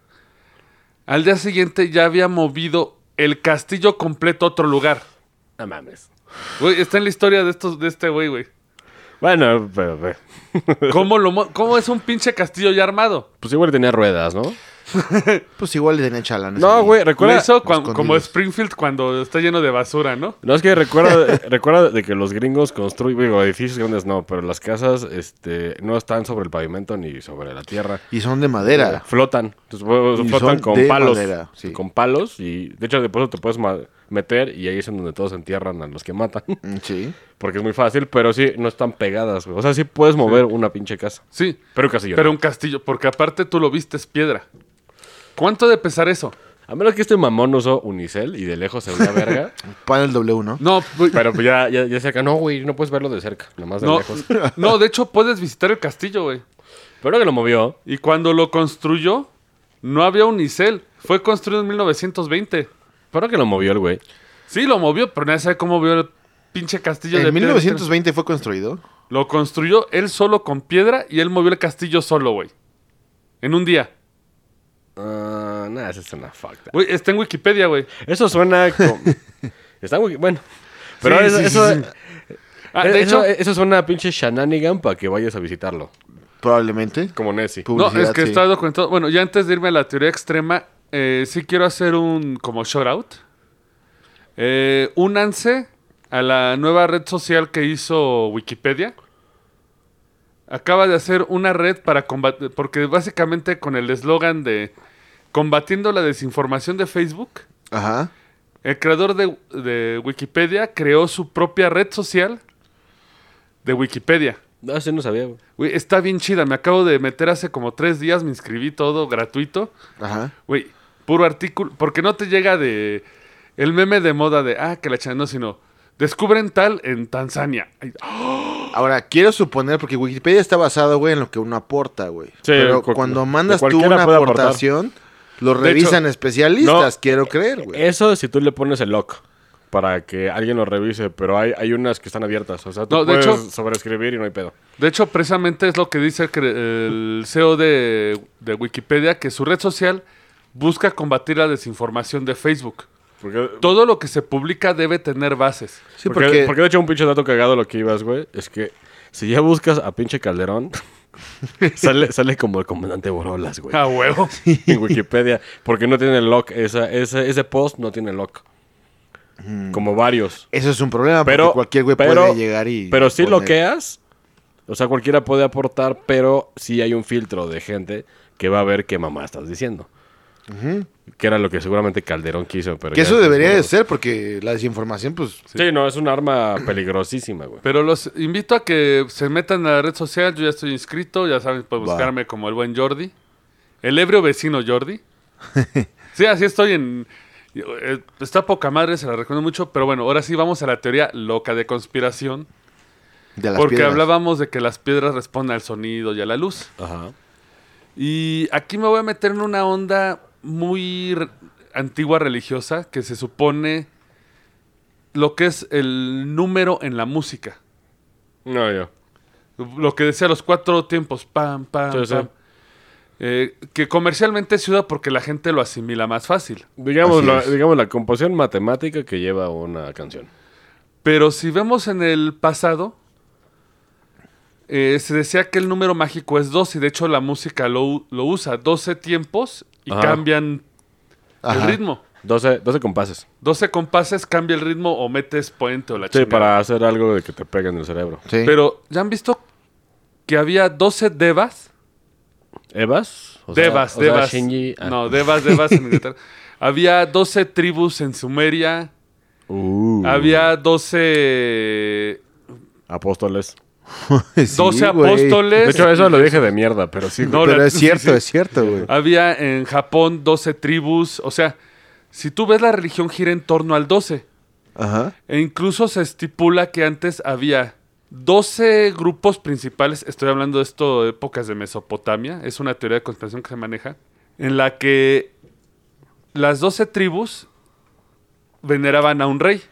B: Al día siguiente ya había movido el castillo completo a otro lugar.
D: No mames.
B: Güey, está en la historia de estos, de este güey, güey.
D: Bueno, pero, eh, pero-
B: ¿Cómo, lo mo- ¿Cómo es un pinche castillo ya armado?
D: pues igual tenía ruedas, ¿no?
C: Pues igual le tenían chalanes.
D: No,
C: ahí.
D: güey, recuerda.
B: Lo hizo cuan-
C: escondidos.
B: como Springfield cuando está lleno de basura, ¿no?
D: No, es
C: (laughs)
D: que recuerda, recuerda de que los gringos construyen, digo, edificios grandes no, pero las casas este, no están sobre el pavimento ni sobre la tierra. Eh,
C: Y son de madera.
D: Flotan. Entonces, pues,
C: Y
D: flotan
C: son
D: con
C: de
D: palos.
C: madera, sí.
D: Con palos y, de hecho, después te puedes ma- meter y ahí es en donde todos entierran a los que matan. (laughs)
C: Mm, Sí.
D: Porque es muy fácil, pero sí, no están pegadas, güey. O sea, sí puedes mover una pinche casa.
B: Sí.
D: Pero casi yo.
B: Pero un castillo, porque aparte tú lo viste, es piedra. ¿Cuánto de pesar eso?
D: A menos que este mamón usó unicel y de lejos se veía
C: (laughs)
D: verga.
C: Panel W, ¿no?
B: No, güey,
D: pero pues ya, ya, ya cerca. No, güey, no puedes verlo de cerca, nomás
B: (laughs)
D: de
B: no,
D: lejos. (laughs)
B: no, de hecho puedes visitar el castillo, güey.
D: Pero que lo movió.
B: Y cuando lo construyó, no había unicel. Fue construido en 1920.
D: Pero que lo movió el güey.
B: Sí, lo movió, pero nadie sabe cómo movió el pinche castillo de
C: ¿En
B: piedra.
C: 1920 fue construido?
B: Lo construyó él solo con piedra y él movió el castillo solo, güey. En un día.
D: Ah, nada, esa es una facta.
B: Güey, está en Wikipedia, güey.
D: Eso suena como... (laughs) Está muy... Bueno. Pero
B: Sí,
D: eso,
B: sí, sí,
D: eso,
B: sí. Ah, de hecho,
D: eso- eso suena a pinche shenanigan para que vayas a visitarlo.
C: Probablemente.
D: Como Nessie.
C: Pu-
B: no, es
C: publicidad,
B: que
C: sí.
B: está documentado. Bueno, ya antes de irme a la teoría extrema, eh, sí quiero hacer un como shout out. Eh, únanse a la nueva red social que hizo Wikipedia. Acaba de hacer una red para combatir, porque básicamente con el eslogan de combatiendo la desinformación de Facebook,
C: Ajá.
B: El creador de, de Wikipedia creó su propia red social de Wikipedia.
D: No, Ah, sí, no sabía, güey.
B: Güey, está bien chida. Me acabo de meter hace como tres días, me inscribí todo gratuito.
C: Ajá.
B: Güey, puro artículo. Porque no te llega de el meme de moda de ah, que la chingada, no, sino descubren tal en Tanzania. Ay, ah,
C: Ahora, quiero suponer, porque Wikipedia está basado, güey, en lo que uno aporta, güey. Pero
D: cu-
C: cuando
D: cu-
C: mandas tú
D: cualquiera
C: una
D: puede aportar.
C: aportación, lo
B: De hecho,
C: revisan especialistas,
D: no. eh,
C: quiero creer, güey.
D: Eso si tú le pones el lock para que alguien lo revise, pero hay, hay unas que están abiertas. O sea, tú
B: No, de
D: puedes
B: hecho-
D: sobreescribir y no hay pedo.
B: De hecho, precisamente es lo que dice el, cre- el CEO de, de Wikipedia, que su red social busca combatir la desinformación de Facebook.
D: Porque,
B: Todo lo que se publica debe tener bases.
C: Sí,
D: porque,
C: porque,
D: porque de hecho un pinche dato cagado lo que ibas, güey, es que si ya buscas a pinche Calderón, (laughs) sale, sale como el comandante Borolas, güey.
B: A huevo.
D: (laughs) en Wikipedia, porque no tiene lock. Esa, ese, ese post no tiene lock. Como varios.
C: eso es un problema,
D: Pero
C: Mm. Ah, porque cualquier güey
D: pero-
C: puede llegar y...
D: Pero sí
C: poner-
D: bloqueas. O sea, cualquiera puede aportar, pero sí hay un filtro de gente que va a ver qué mamá estás diciendo. Que era lo que seguramente Calderón quiso. Pero
C: Que
D: ya
C: eso
D: después
C: debería
D: no
C: de
D: lo-
C: ser, porque la desinformación, pues...
D: Sí, no, es un arma peligrosísima, güey.
B: Pero los invito a que se metan a la red social. Yo ya estoy inscrito. Ya saben, pueden
C: Va.
B: buscarme como el buen Jordi. El ebrio vecino
C: (laughs)
B: Jordi. sí, así estoy en... eh, Está poca madre, se la recomiendo mucho. Pero bueno, ahora sí vamos a la teoría loca de conspiración.
C: De las
B: porque
C: piedras.
B: hablábamos de que las piedras responden al sonido y a la luz.
D: Ajá.
B: Y aquí me voy a meter en una onda muy re- antigua religiosa que se supone lo que es el número en la música.
D: No, yo.
B: Lo que decía los cuatro tiempos, pam, pam,
D: Sí, sí.
B: pam. Eh, que comercialmente es ciudad porque la gente lo asimila más fácil.
D: Digamos
C: Así
D: la,
C: es.
D: digamos la composición matemática que lleva una canción.
B: Pero si vemos en el pasado, eh, se decía que el número mágico es 2 y de hecho la música lo, u- lo usa. 12 tiempos y
D: Ajá.
B: cambian
C: Ajá.
B: el ritmo.
D: 12, 12 compases.
B: 12 compases, cambia el ritmo o metes puente o la
D: Sí,
B: chingada.
D: para hacer algo de que te pegue en el cerebro.
C: Sí.
B: Pero, ¿ya han visto que había 12 devas?
D: ¿Evas? O sea-
B: devas,
D: o sea,
B: devas.
D: Shinji- ah.
B: No, devas, devas
D: (laughs)
B: en Inglaterra. Había 12 tribus en Sumeria.
D: Uh.
B: Había 12,
D: Apóstoles.
C: (laughs) Sí,
B: 12
C: güey.
B: apóstoles.
D: De hecho, eso lo dije de mierda, pero sí.
B: No,
D: güey.
C: Pero
B: la-
C: es cierto,
B: sí, Ah, sí.
C: es cierto, güey.
B: Había en Japón 12 tribus. O sea, si tú ves la religión gira en torno al 12.
C: Ajá.
B: E incluso se estipula que antes había 12 grupos principales. Estoy hablando de esto de épocas de Mesopotamia. Es una teoría de conspiración que se maneja. En la que las 12 tribus veneraban a un rey.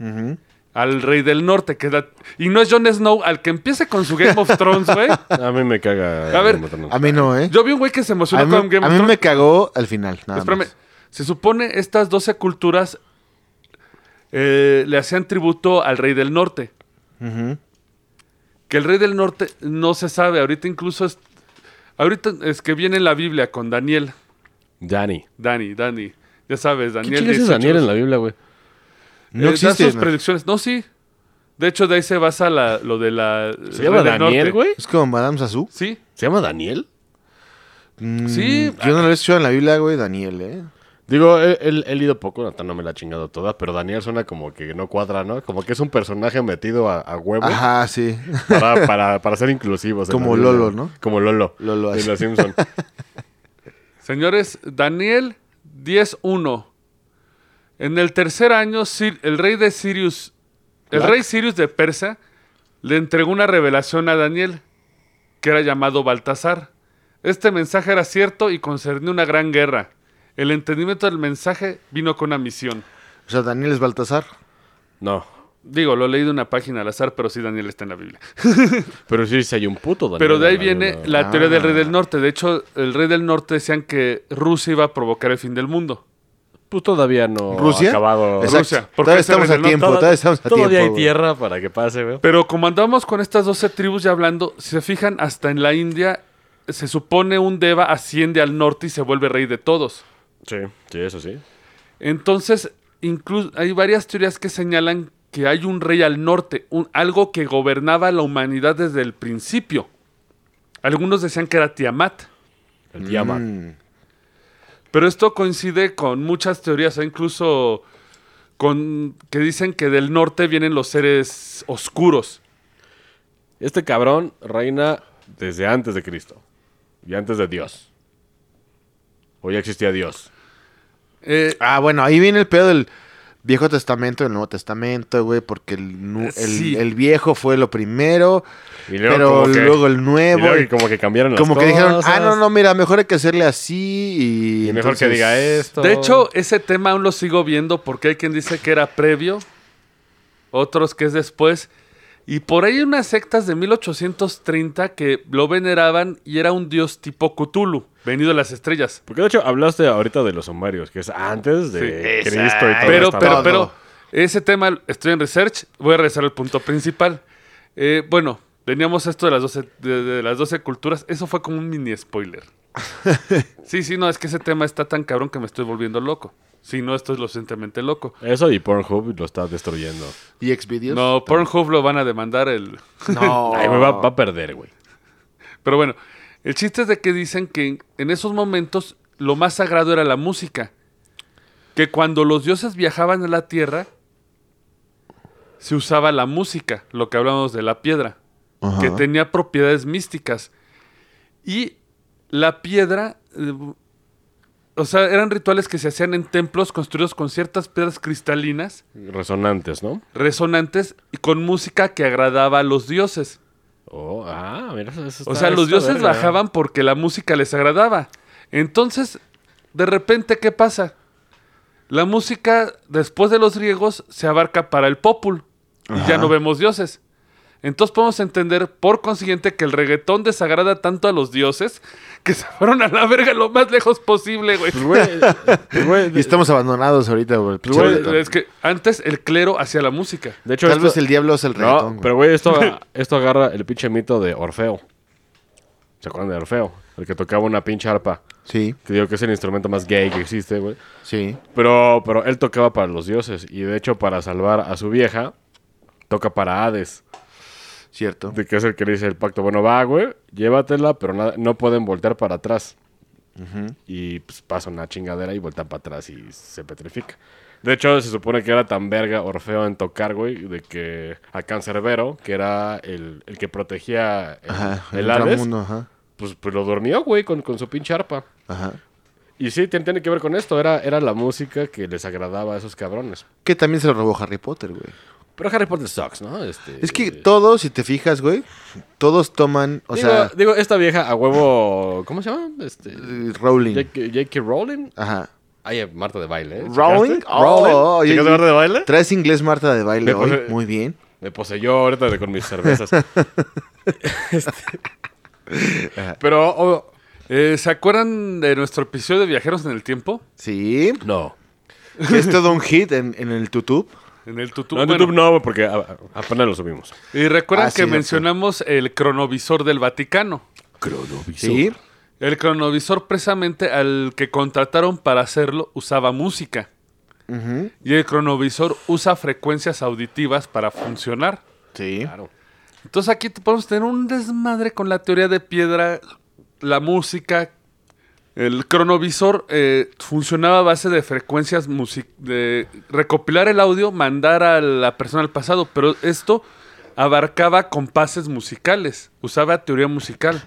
C: Ujú.
B: Al rey del norte, que es la- Y no es Jon Snow, al que empiece con su Game of Thrones,
C: (laughs)
B: güey.
D: A mí me caga.
B: A ver,
D: Game of Thrones.
C: A mí no, ¿eh?
B: Yo vi un güey que se emocionó
C: a mí,
B: con Game
C: a
B: of
C: mí
B: Thrones.
C: me cagó al final, nada
B: Espérame. eh,
C: más.
B: Se supone estas 12 culturas eh, le hacían tributo al rey del norte.
C: Ujú.
B: Que el rey del norte no se sabe. Ahorita incluso es. Ahorita es que viene en la Biblia con Daniel.
D: Dani.
B: Dani, Dani. Ya sabes,
D: ¿Qué
B: Daniel.
D: chingas es
B: 18.
D: Daniel en la Biblia, güey?
C: No
B: Eh, da
C: existe,
B: sus
C: ¿no?
B: predicciones. No, sí. De hecho, de ahí se basa la- lo de la.
D: ¿Se llama Daniel, güey?
C: Es como Madame Sassou.
B: Sí.
D: ¿Se llama Daniel?
C: Mm,
B: Sí. ah.
C: Yo no lo he escuchado en la Biblia, güey, Daniel, ¿eh?
D: Digo, él, él, él ido poco, Natán no me la ha chingado toda, pero Daniel suena como que no cuadra, ¿no? Como que es un personaje metido a, a huevo
C: Ajá, sí.
D: para, para, para ser inclusivos. en la
C: Como
D: Biblia.
C: Lolo, ¿no?
D: Como Lolo.
C: Lolo,
D: De
C: así.
D: los Simpson.
B: Señores, Daniel 10.1. En el tercer año, Sir- el rey de Sirius, el
D: Black.
B: rey Sirius de Persa, le entregó una revelación a Daniel, que era llamado Baltasar. Este mensaje era cierto y concernía una gran guerra. El entendimiento del mensaje vino con una misión.
C: O sea, Daniel es Baltasar.
D: No.
B: Digo, lo leí de una página al azar, pero sí Daniel está en la Biblia.
D: Pero sí, sí hay un puto Daniel.
B: Pero de ahí
D: en la
B: viene
D: Biblia. Ah.
B: la teoría del rey del norte. De hecho, el rey del norte decían que Rusia iba a provocar el fin del mundo.
D: Pues todavía no
C: ¿Rusia?
D: ha acabado.
C: Exacto.
B: Oh, Rusia, porque
C: Todavía
B: ese
C: estamos a
B: reveló
C: tiempo,
D: Toda-
C: todavía estamos a tiempo.
D: todavía hay
C: güey.
D: tierra para que pase, güey.
B: Pero como andamos con estas 12 tribus ya hablando, si se fijan, hasta en la India se supone un Deva asciende al norte y se vuelve rey de todos.
D: Sí, sí, eso sí.
B: Entonces, incluso hay varias teorías que señalan que hay un rey al norte, un- algo que gobernaba la humanidad desde el principio. Algunos decían que era Tiamat,
D: El Tiamat.
C: Mm.
B: pero esto coincide con muchas teorías, e incluso con que dicen que del norte vienen los seres oscuros.
D: Este cabrón reina desde antes de Cristo y antes de Dios. O ya existía Dios.
B: Eh,
C: Ah, bueno, ahí viene el pedo del Viejo Testamento y el Nuevo Testamento, güey, porque el, nu- el,
B: Sí.
C: el viejo fue lo primero,
D: Y luego
C: pero
D: como que-
C: luego el
D: Y
C: nuevo.
D: luego
C: y
D: que como que cambiaron las
C: como que dijeron,
D: cosas,
C: ah, no, no, mira, mejor hay que hacerle así y...
D: Y mejor que
C: entonces-
D: diga esto.
B: de hecho, ese tema aún lo sigo viendo porque hay quien dice que era previo, otros que es después. Y por ahí hay unas sectas de 1830 que lo veneraban y era un dios tipo Cthulhu, venido de las estrellas.
D: Porque de hecho hablaste ahorita de los sumerios, que es antes de
C: Sí.
D: Cristo y todo
B: Pero,
D: esta
B: pero,
D: onda.
B: pero, ese tema estoy en research, voy a regresar al punto principal. Eh, bueno, teníamos esto de las, 12, de, de las 12 culturas, eso fue como un mini spoiler. sí, sí, no, es que ese tema está tan cabrón que me estoy volviendo loco. Si no, esto es lo suficientemente loco.
D: Eso y Pornhub lo está destruyendo.
C: ¿Y Xvideos?
B: No, Pornhub lo van a demandar el...
C: No.
D: (laughs) Ay, me va, va a perder, güey.
B: Pero bueno, el chiste es de que dicen que en- en esos momentos lo más sagrado era la música. Que cuando los dioses viajaban a la tierra, se usaba la música, lo que hablábamos de la piedra,
C: Ajá.
B: que tenía propiedades místicas. Y la piedra, eh, o sea, eran rituales que se hacían en templos construidos con ciertas piedras cristalinas
D: Resonantes, ¿no?
B: resonantes y con música que agradaba a los dioses.
D: Oh, ah, mira, eso está-
B: O sea, los
D: está
B: dioses
D: verga.
B: bajaban porque la música les agradaba. Entonces, de repente, ¿qué pasa? La música, después de los griegos, se abarca para el popul. Y ya no vemos dioses. Entonces podemos entender, por consiguiente, que el reggaetón desagrada tanto a los dioses que se fueron a la verga lo más lejos posible, güey.
D: Pues, güey, pues, güey,
C: Y estamos abandonados ahorita, güey.
D: Pues, güey,
C: Tal
B: Es que antes el clero hacía la música.
D: De hecho, esto-
C: vez el diablo es el reggaetón,
D: No, pero güey, esto, esto agarra el pinche mito de Orfeo. ¿Se acuerdan de Orfeo? El que tocaba una pinche arpa.
C: Sí,
D: Que digo que es el instrumento más gay que existe, güey.
C: sí.
D: Pero, pero él tocaba para los dioses. Y de hecho, para salvar a su vieja, toca para Hades.
C: Cierto.
D: De que es el que le dice el pacto. Bueno, va, güey, llévatela, pero nada- no pueden voltear para atrás. Y pues, pasa una chingadera y voltean para atrás y se petrifica. De hecho, se supone que era tan verga Orfeo en tocar, güey, de que a Cancerbero, que era el, el que protegía el,
C: Ajá.
D: el
C: otro
D: Hades,
C: mundo, ajá.
D: pues, pues lo dormió, güey, con, con su pinche arpa.
C: Ajá.
D: Y sí, tiene, tiene que ver con esto. Era, era la música que les agradaba a esos cabrones.
C: Que también se lo robó Harry Potter, güey.
D: Pero Harry Potter sucks, ¿no? Este,
C: Es que todos, si te fijas, güey, todos toman, o
D: digo,
C: sea,
D: digo, esta vieja a huevo... ¿Cómo se llama? Este...
C: eh, Rowling.
D: J.K. J.K. Rowling.
C: Ajá.
D: Ay, eh, Marta de baile, ¿eh? ¿Checaste?
C: Rowling. Oh,
D: ¿Checaste
C: oye,
D: Marta de baile?
C: Traes inglés Marta de baile
D: Me
C: hoy.
D: puse-
C: Muy bien.
D: Me poseyó ahorita de- con
C: (laughs)
D: mis cervezas. Este. Pero, oh,
B: Eh, ¿Se acuerdan de nuestro episodio de Viajeros en el Tiempo?
C: Sí.
D: no.
C: que es todo un hit en, en el YouTube.
B: En el tutu.
D: No, en
B: bueno,
D: YouTube no, porque a- a- apenas lo subimos.
B: Y recuerdan
C: Ah, sí,
B: que
C: cierto.
B: mencionamos el cronovisor del Vaticano.
C: Sí.
B: El cronovisor, precisamente al que contrataron para hacerlo, usaba música.
C: Ujú.
B: Y el cronovisor usa frecuencias auditivas para funcionar.
C: Sí.
D: Claro.
B: Entonces aquí te podemos tener un desmadre con la teoría de piedra, la música. El cronovisor eh, funcionaba a base de frecuencias music de recopilar el audio, mandar a la persona al pasado, pero esto abarcaba compases musicales, usaba teoría musical.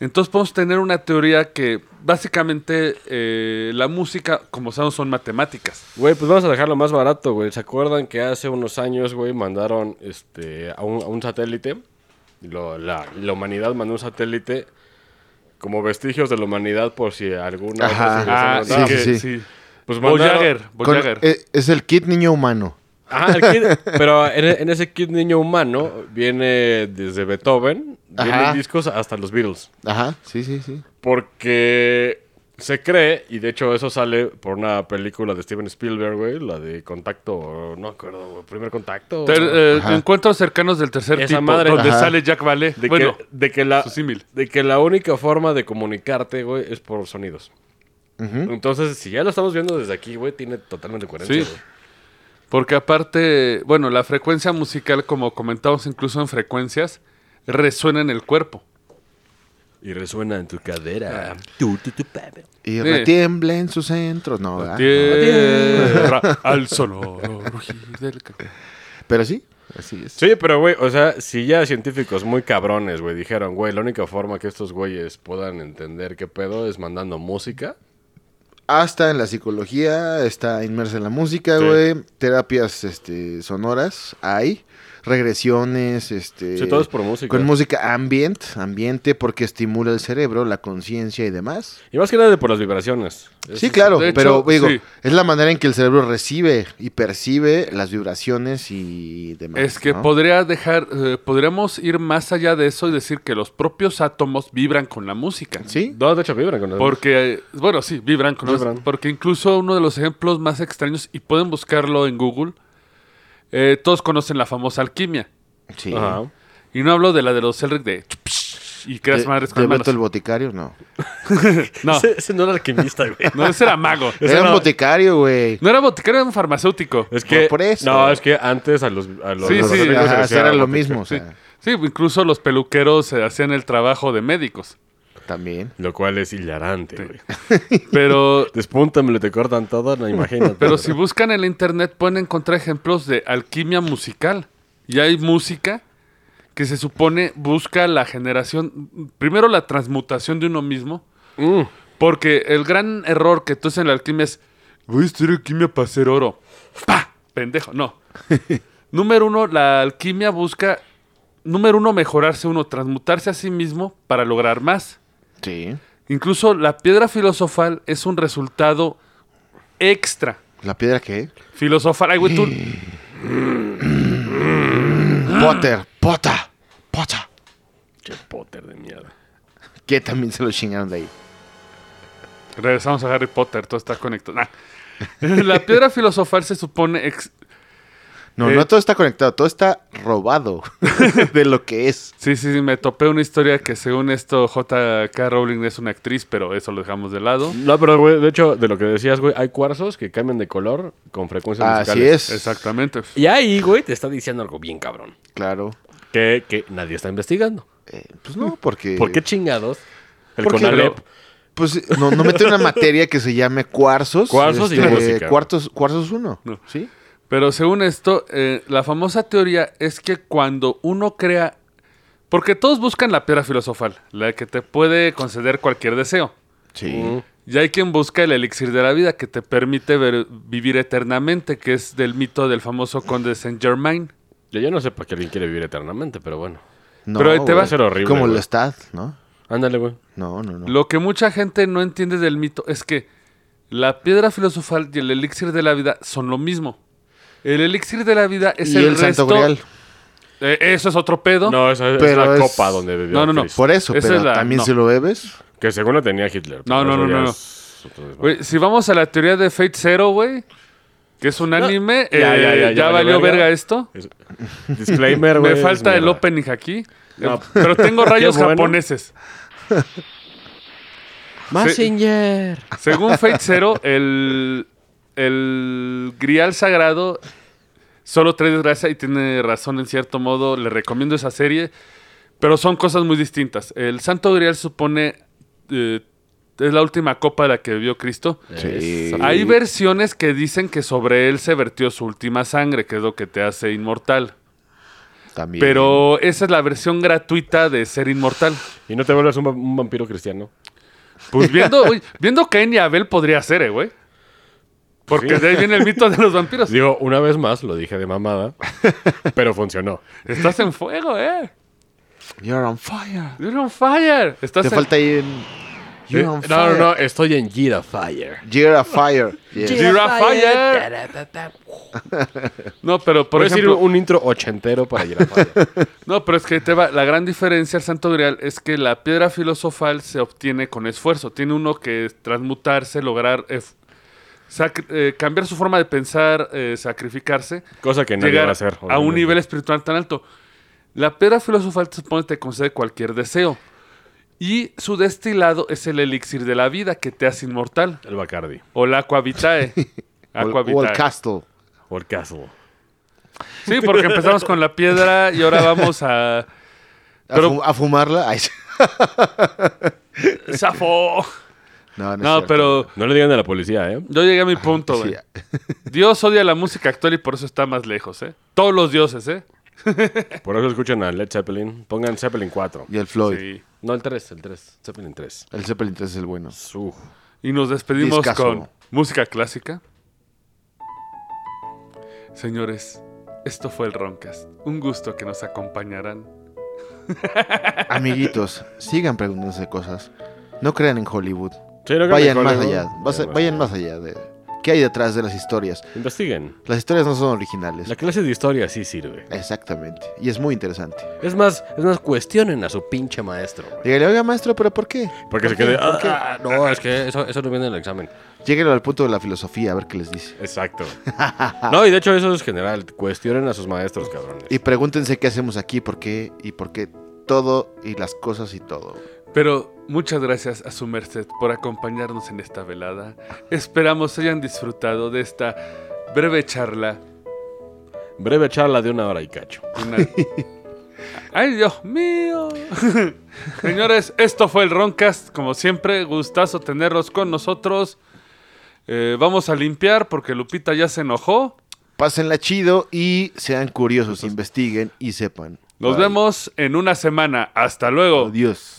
B: Entonces podemos tener una teoría que básicamente eh, la música, como sabemos, son matemáticas.
D: Güey, pues vamos a dejarlo más barato, güey. ¿Se acuerdan que hace unos años, güey, mandaron este, a, un, a un satélite? Lo- la, la humanidad mandó un satélite como vestigios de la humanidad por si alguna
C: Ajá.
D: otra
B: Ah, sí,
D: civilización
B: que-
C: sí,
D: andaba.
B: sí.
C: sí.
D: Pues
B: Bob
D: mandaron-
B: Jagger, Bob
C: Con-
B: Jagger.
C: eh, es el kit niño humano.
D: Ajá, el kid- pero en, e, en ese kit niño humano viene desde Beethoven,
C: Ajá.
D: vienen discos hasta los Beatles.
C: Ajá, sí, sí, sí.
D: Porque se cree, y de hecho eso sale por una película de Steven Spielberg, güey, la de Contacto, no me acuerdo, güey, Primer Contacto.
B: Ter- eh,
C: Ajá.
B: encuentros cercanos del tercer
D: Esa
B: tipo,
D: madre.
B: donde
C: Ajá.
B: sale Jack Vale.
D: de,
B: bueno,
D: que, de, que la,
B: su símil.
D: de que la única forma de comunicarte, güey, es por sonidos. Entonces, si ya lo estamos viendo desde aquí, güey, tiene totalmente coherencia,
B: Sí.
D: güey.
B: porque aparte, bueno, la frecuencia musical, como comentamos incluso en frecuencias, resuena en el cuerpo.
D: Y resuena en tu
B: Ah.
D: cadera.
C: Y
B: Sí.
C: retiembla en sus centros, no, ¿verdad?
B: Tierra al sonoro rugir del ca-
C: Pero sí, así es.
D: Sí, pero güey, o sea, si ya científicos muy cabrones, güey, dijeron, güey, la única forma que estos güeyes puedan entender qué pedo es mandando música.
C: Hasta en la psicología, está inmersa en la música,
D: Sí.
C: güey. Terapias este, sonoras hay. Regresiones, este.
D: Sí, todo es por música.
C: Con música ambient, ambiente, porque estimula el cerebro, la conciencia y demás.
D: Y más que nada por las vibraciones.
C: sí,
D: Es-
C: claro,
B: de hecho,
C: pero digo,
B: sí.
C: es la manera en que el cerebro recibe y percibe las vibraciones y demás.
B: Es que
C: (laughs) ¿no?
B: podría dejar, eh, podríamos ir más allá de eso y decir que los propios átomos vibran con la música.
C: Sí,
D: No, de hecho vibran con las
B: Porque, eh, bueno, sí, vibran con
D: Vibran.
B: los- Porque incluso uno de los ejemplos más extraños, y pueden buscarlo en Google, eh, todos conocen la famosa alquimia.
C: sí.
D: Ajá. y
B: Y no hablo de la de los Elric de chupsh y
C: ¿De,
B: creas madres
C: de
B: con
C: Beto el
B: manos.
C: boticario? No.
B: No,
D: (laughs) Ese, ese no era alquimista, güey.
C: (laughs)
B: no, ese era mago.
C: Era un boticario, güey.
B: No era boticario, era un farmacéutico.
D: Es que.
C: No, por eso.
D: No, es que antes a los. A Eh, los
B: Sí,
D: a los
B: sí.
D: ricos se
C: Ajá,
D: les
C: era
D: daba
C: lo
D: botica.
C: mismo, o
B: Sí.
C: sea,
B: sí, incluso los peluqueros eh, hacían el trabajo de médicos.
C: también.
D: Lo cual es hilarante, güey.
B: Pero
D: Despúntamelo, te cortan todo, no imagínate.
B: (laughs) Pero
D: güey.
B: si buscan en la internet pueden encontrar ejemplos de alquimia musical. Y hay música que se supone busca la generación, primero la transmutación de uno mismo,
D: Mm.
B: porque el gran error que tú haces en la alquimia es, voy a estudiar alquimia para hacer oro. ¡Pah! Pendejo, no. número uno, la alquimia busca, número uno, mejorarse uno, transmutarse a sí mismo para lograr más.
C: Sí.
B: Incluso la piedra filosofal es un resultado extra
C: ¿La piedra qué?
B: Filosofar, ay, güey, tú. Ah.
C: Potter. Potter. Potter.
D: Che Potter de mierda.
C: Que también se lo chingaron de ahí.
B: Regresamos a Harry Potter, todo está conectado. Nah. (laughs) La piedra filosofal se supone. ex-
C: No,
B: Eh.
C: no todo está conectado, todo está robado (laughs) de lo que es.
B: Sí, sí, sí, me topé una historia que según esto J.K. Rowling es una actriz, pero eso lo dejamos de lado.
D: No, pero, güey, de hecho, de lo que decías, güey, hay cuarzos que cambian de color con frecuencias
C: Así
D: musicales.
C: es.
B: Exactamente.
D: Y ahí, güey, te está diciendo algo bien cabrón.
C: Claro.
D: Que, que nadie está investigando.
C: Eh, pues no, porque.
D: ¿Por qué chingados? El
C: Porque-
D: Conalep.
C: Pues no, no mete una materia que se llame cuarzos. este,
D: Cuarzos y música.
C: Cuartos, cuarzos uno.
B: No.
C: ¿Sí?
B: Pero según esto, eh, la famosa teoría es que cuando uno crea. Porque todos buscan la piedra filosofal, la que te puede conceder cualquier deseo.
C: Sí.
D: Mm.
B: Y hay quien busca el elixir de la vida que te permite ver- vivir eternamente, que es del mito del famoso conde de Saint Germain.
D: Yo, yo no sé para qué alguien quiere vivir eternamente, pero bueno.
C: No,
B: Pero ahí te
C: güey.
B: va a
D: ser horrible,
C: Como
D: güey.
C: lo está, ¿no?
D: Ándale, güey.
C: No, no, no.
B: Lo que mucha gente no entiende del mito es que la piedra filosofal y el elixir de la vida son lo mismo. El elixir de la vida es
C: y
B: el,
C: el,
B: resto.
C: Santo Grial.
B: Eh, eso es otro pedo.
D: No, esa es
C: Pero
D: la
C: es-
D: copa donde vivió.
B: No, no, no,
D: Cristo.
C: Por eso,
B: Esa
C: pero
B: es la-
C: también
B: no.
C: si lo bebes.
D: Que según la tenía Hitler.
B: No,
D: pero
B: no,
D: eso
B: no,
D: ya
B: no, no.
D: es otro desmadre.
B: Güey, si vamos a la teoría de Fate Zero, güey, que es un anime, eh,
D: Ya,
B: ya,
D: ya, ya, ya valió
B: valió
D: verga.
B: verga, esto.
D: Es- Disclaimer, güey.
B: Me
D: es
B: falta el
D: mierda.
B: opening aquí.
D: No.
B: Eh, Pero
D: (laughs)
B: tengo rayos
D: bueno.
B: japoneses.
D: Mazinger.
B: Según Fate Zero, el, el Grial Sagrado solo trae desgracia y tiene razón en cierto modo. Le recomiendo esa serie, pero son cosas muy distintas. El Santo Grial supone eh, es la última copa de la que vivió Cristo.
C: Sí.
B: Hay versiones que dicen que sobre él se vertió su última sangre, que es lo que te hace inmortal.
C: También.
B: Pero esa es la versión gratuita de ser inmortal.
D: Y no te vuelves un, va- un vampiro cristiano.
B: Pues viendo, oye, viendo Cain y Abel podría ser, eh, güey. Porque
D: Sí.
B: de ahí viene el mito de los
D: (laughs)
B: vampiros.
D: Digo,
B: (laughs)
D: una vez más, lo dije de mamada, pero funcionó.
B: Estás en fuego, eh.
C: You're on fire.
B: You're on fire. Estás
C: Te
B: en-
C: falta ahí en. You're on
D: Eh,
C: fire.
D: No, no, no, estoy en Gira Fire.
C: You're a fire. Yes.
B: You're on fire. No, pero por
D: Por decir
B: ejemplo,
D: un intro ochentero para Gira
B: (laughs)
D: Fire.
B: No, pero es que te va, la gran diferencia al Santo Grial es que la piedra filosofal se obtiene con esfuerzo. Tiene uno que transmutarse, lograr eh, sac- eh, cambiar su forma de pensar, eh, sacrificarse,
D: Cosa que nadie
B: llegar
D: va a hacer.
B: a un
D: obviamente.
B: nivel espiritual tan alto. La piedra filosofal se supone te concede cualquier deseo. Y su destilado es el elixir de la vida que te hace inmortal.
D: El Bacardi.
B: O la aqua vitae.
C: (laughs) O el-
B: Aqua
C: o el
B: vitae.
C: castle.
D: O el Castle.
B: Sí, porque empezamos con la piedra y ahora vamos
C: (laughs)
B: a...
C: A,
B: Pero-
C: fu- a fumarla. Ay, sí. (laughs)
B: ¡Safo!
C: no, no, es
B: No,
C: cierto.
B: pero
D: No le digan a la policía, ¿eh?
B: Yo llegué a mi punto, güey.
C: Sí.
B: Dios odia la música actual y por eso está más lejos, ¿eh? Todos los dioses, ¿eh?
D: Por eso escuchan a Led Zeppelin. Pongan Zeppelin 4.
C: Y el Floyd.
B: Sí.
D: No, el 3, el 3. Zeppelin 3.
C: El Zeppelin 3 es el bueno.
D: Uf.
B: Y nos despedimos
C: Discazo.
B: con música clásica. Señores, esto fue el Roncast. Un gusto que nos acompañaran.
C: Amiguitos, sigan preguntándose cosas. No crean en Hollywood.
D: Sí, no, que
C: Vayan
D: mejor,
C: más
D: ¿no?
C: allá. Vas-
D: Además,
C: vayan más allá de qué hay detrás de las historias.
D: Investiguen.
C: Las historias no son originales.
D: La clase de historia sí sirve.
C: Exactamente. Y es muy interesante.
D: Es más, es más, cuestionen a su pinche maestro. güey.
C: Dígale, oiga, maestro, ¿pero por qué?
D: Porque se
C: ¿Por
D: quede.
C: qué? ¿Por qué?"
D: "Ah, no, es que eso, eso no viene en el examen.
C: Lléguenlo al punto de la filosofía, a ver qué les dice. (laughs)
D: Exacto. No, y de hecho, eso es general. Cuestionen a sus maestros, cabrones.
C: Y pregúntense qué hacemos aquí, por qué y por qué todo y las cosas y todo.
B: Pero muchas gracias a su merced por acompañarnos en esta velada. Esperamos hayan disfrutado de esta breve charla.
D: Breve charla de una hora y cacho.
B: Una- ¡Ay, Dios mío! (laughs) Señores, esto fue el Roncast. Como siempre, gustazo tenerlos con nosotros. Eh, vamos a limpiar porque Lupita ya se enojó.
C: Pásenla chido y sean curiosos, investiguen y sepan.
B: Nos
C: Bye.
B: vemos en una semana. Hasta luego.
C: Adiós.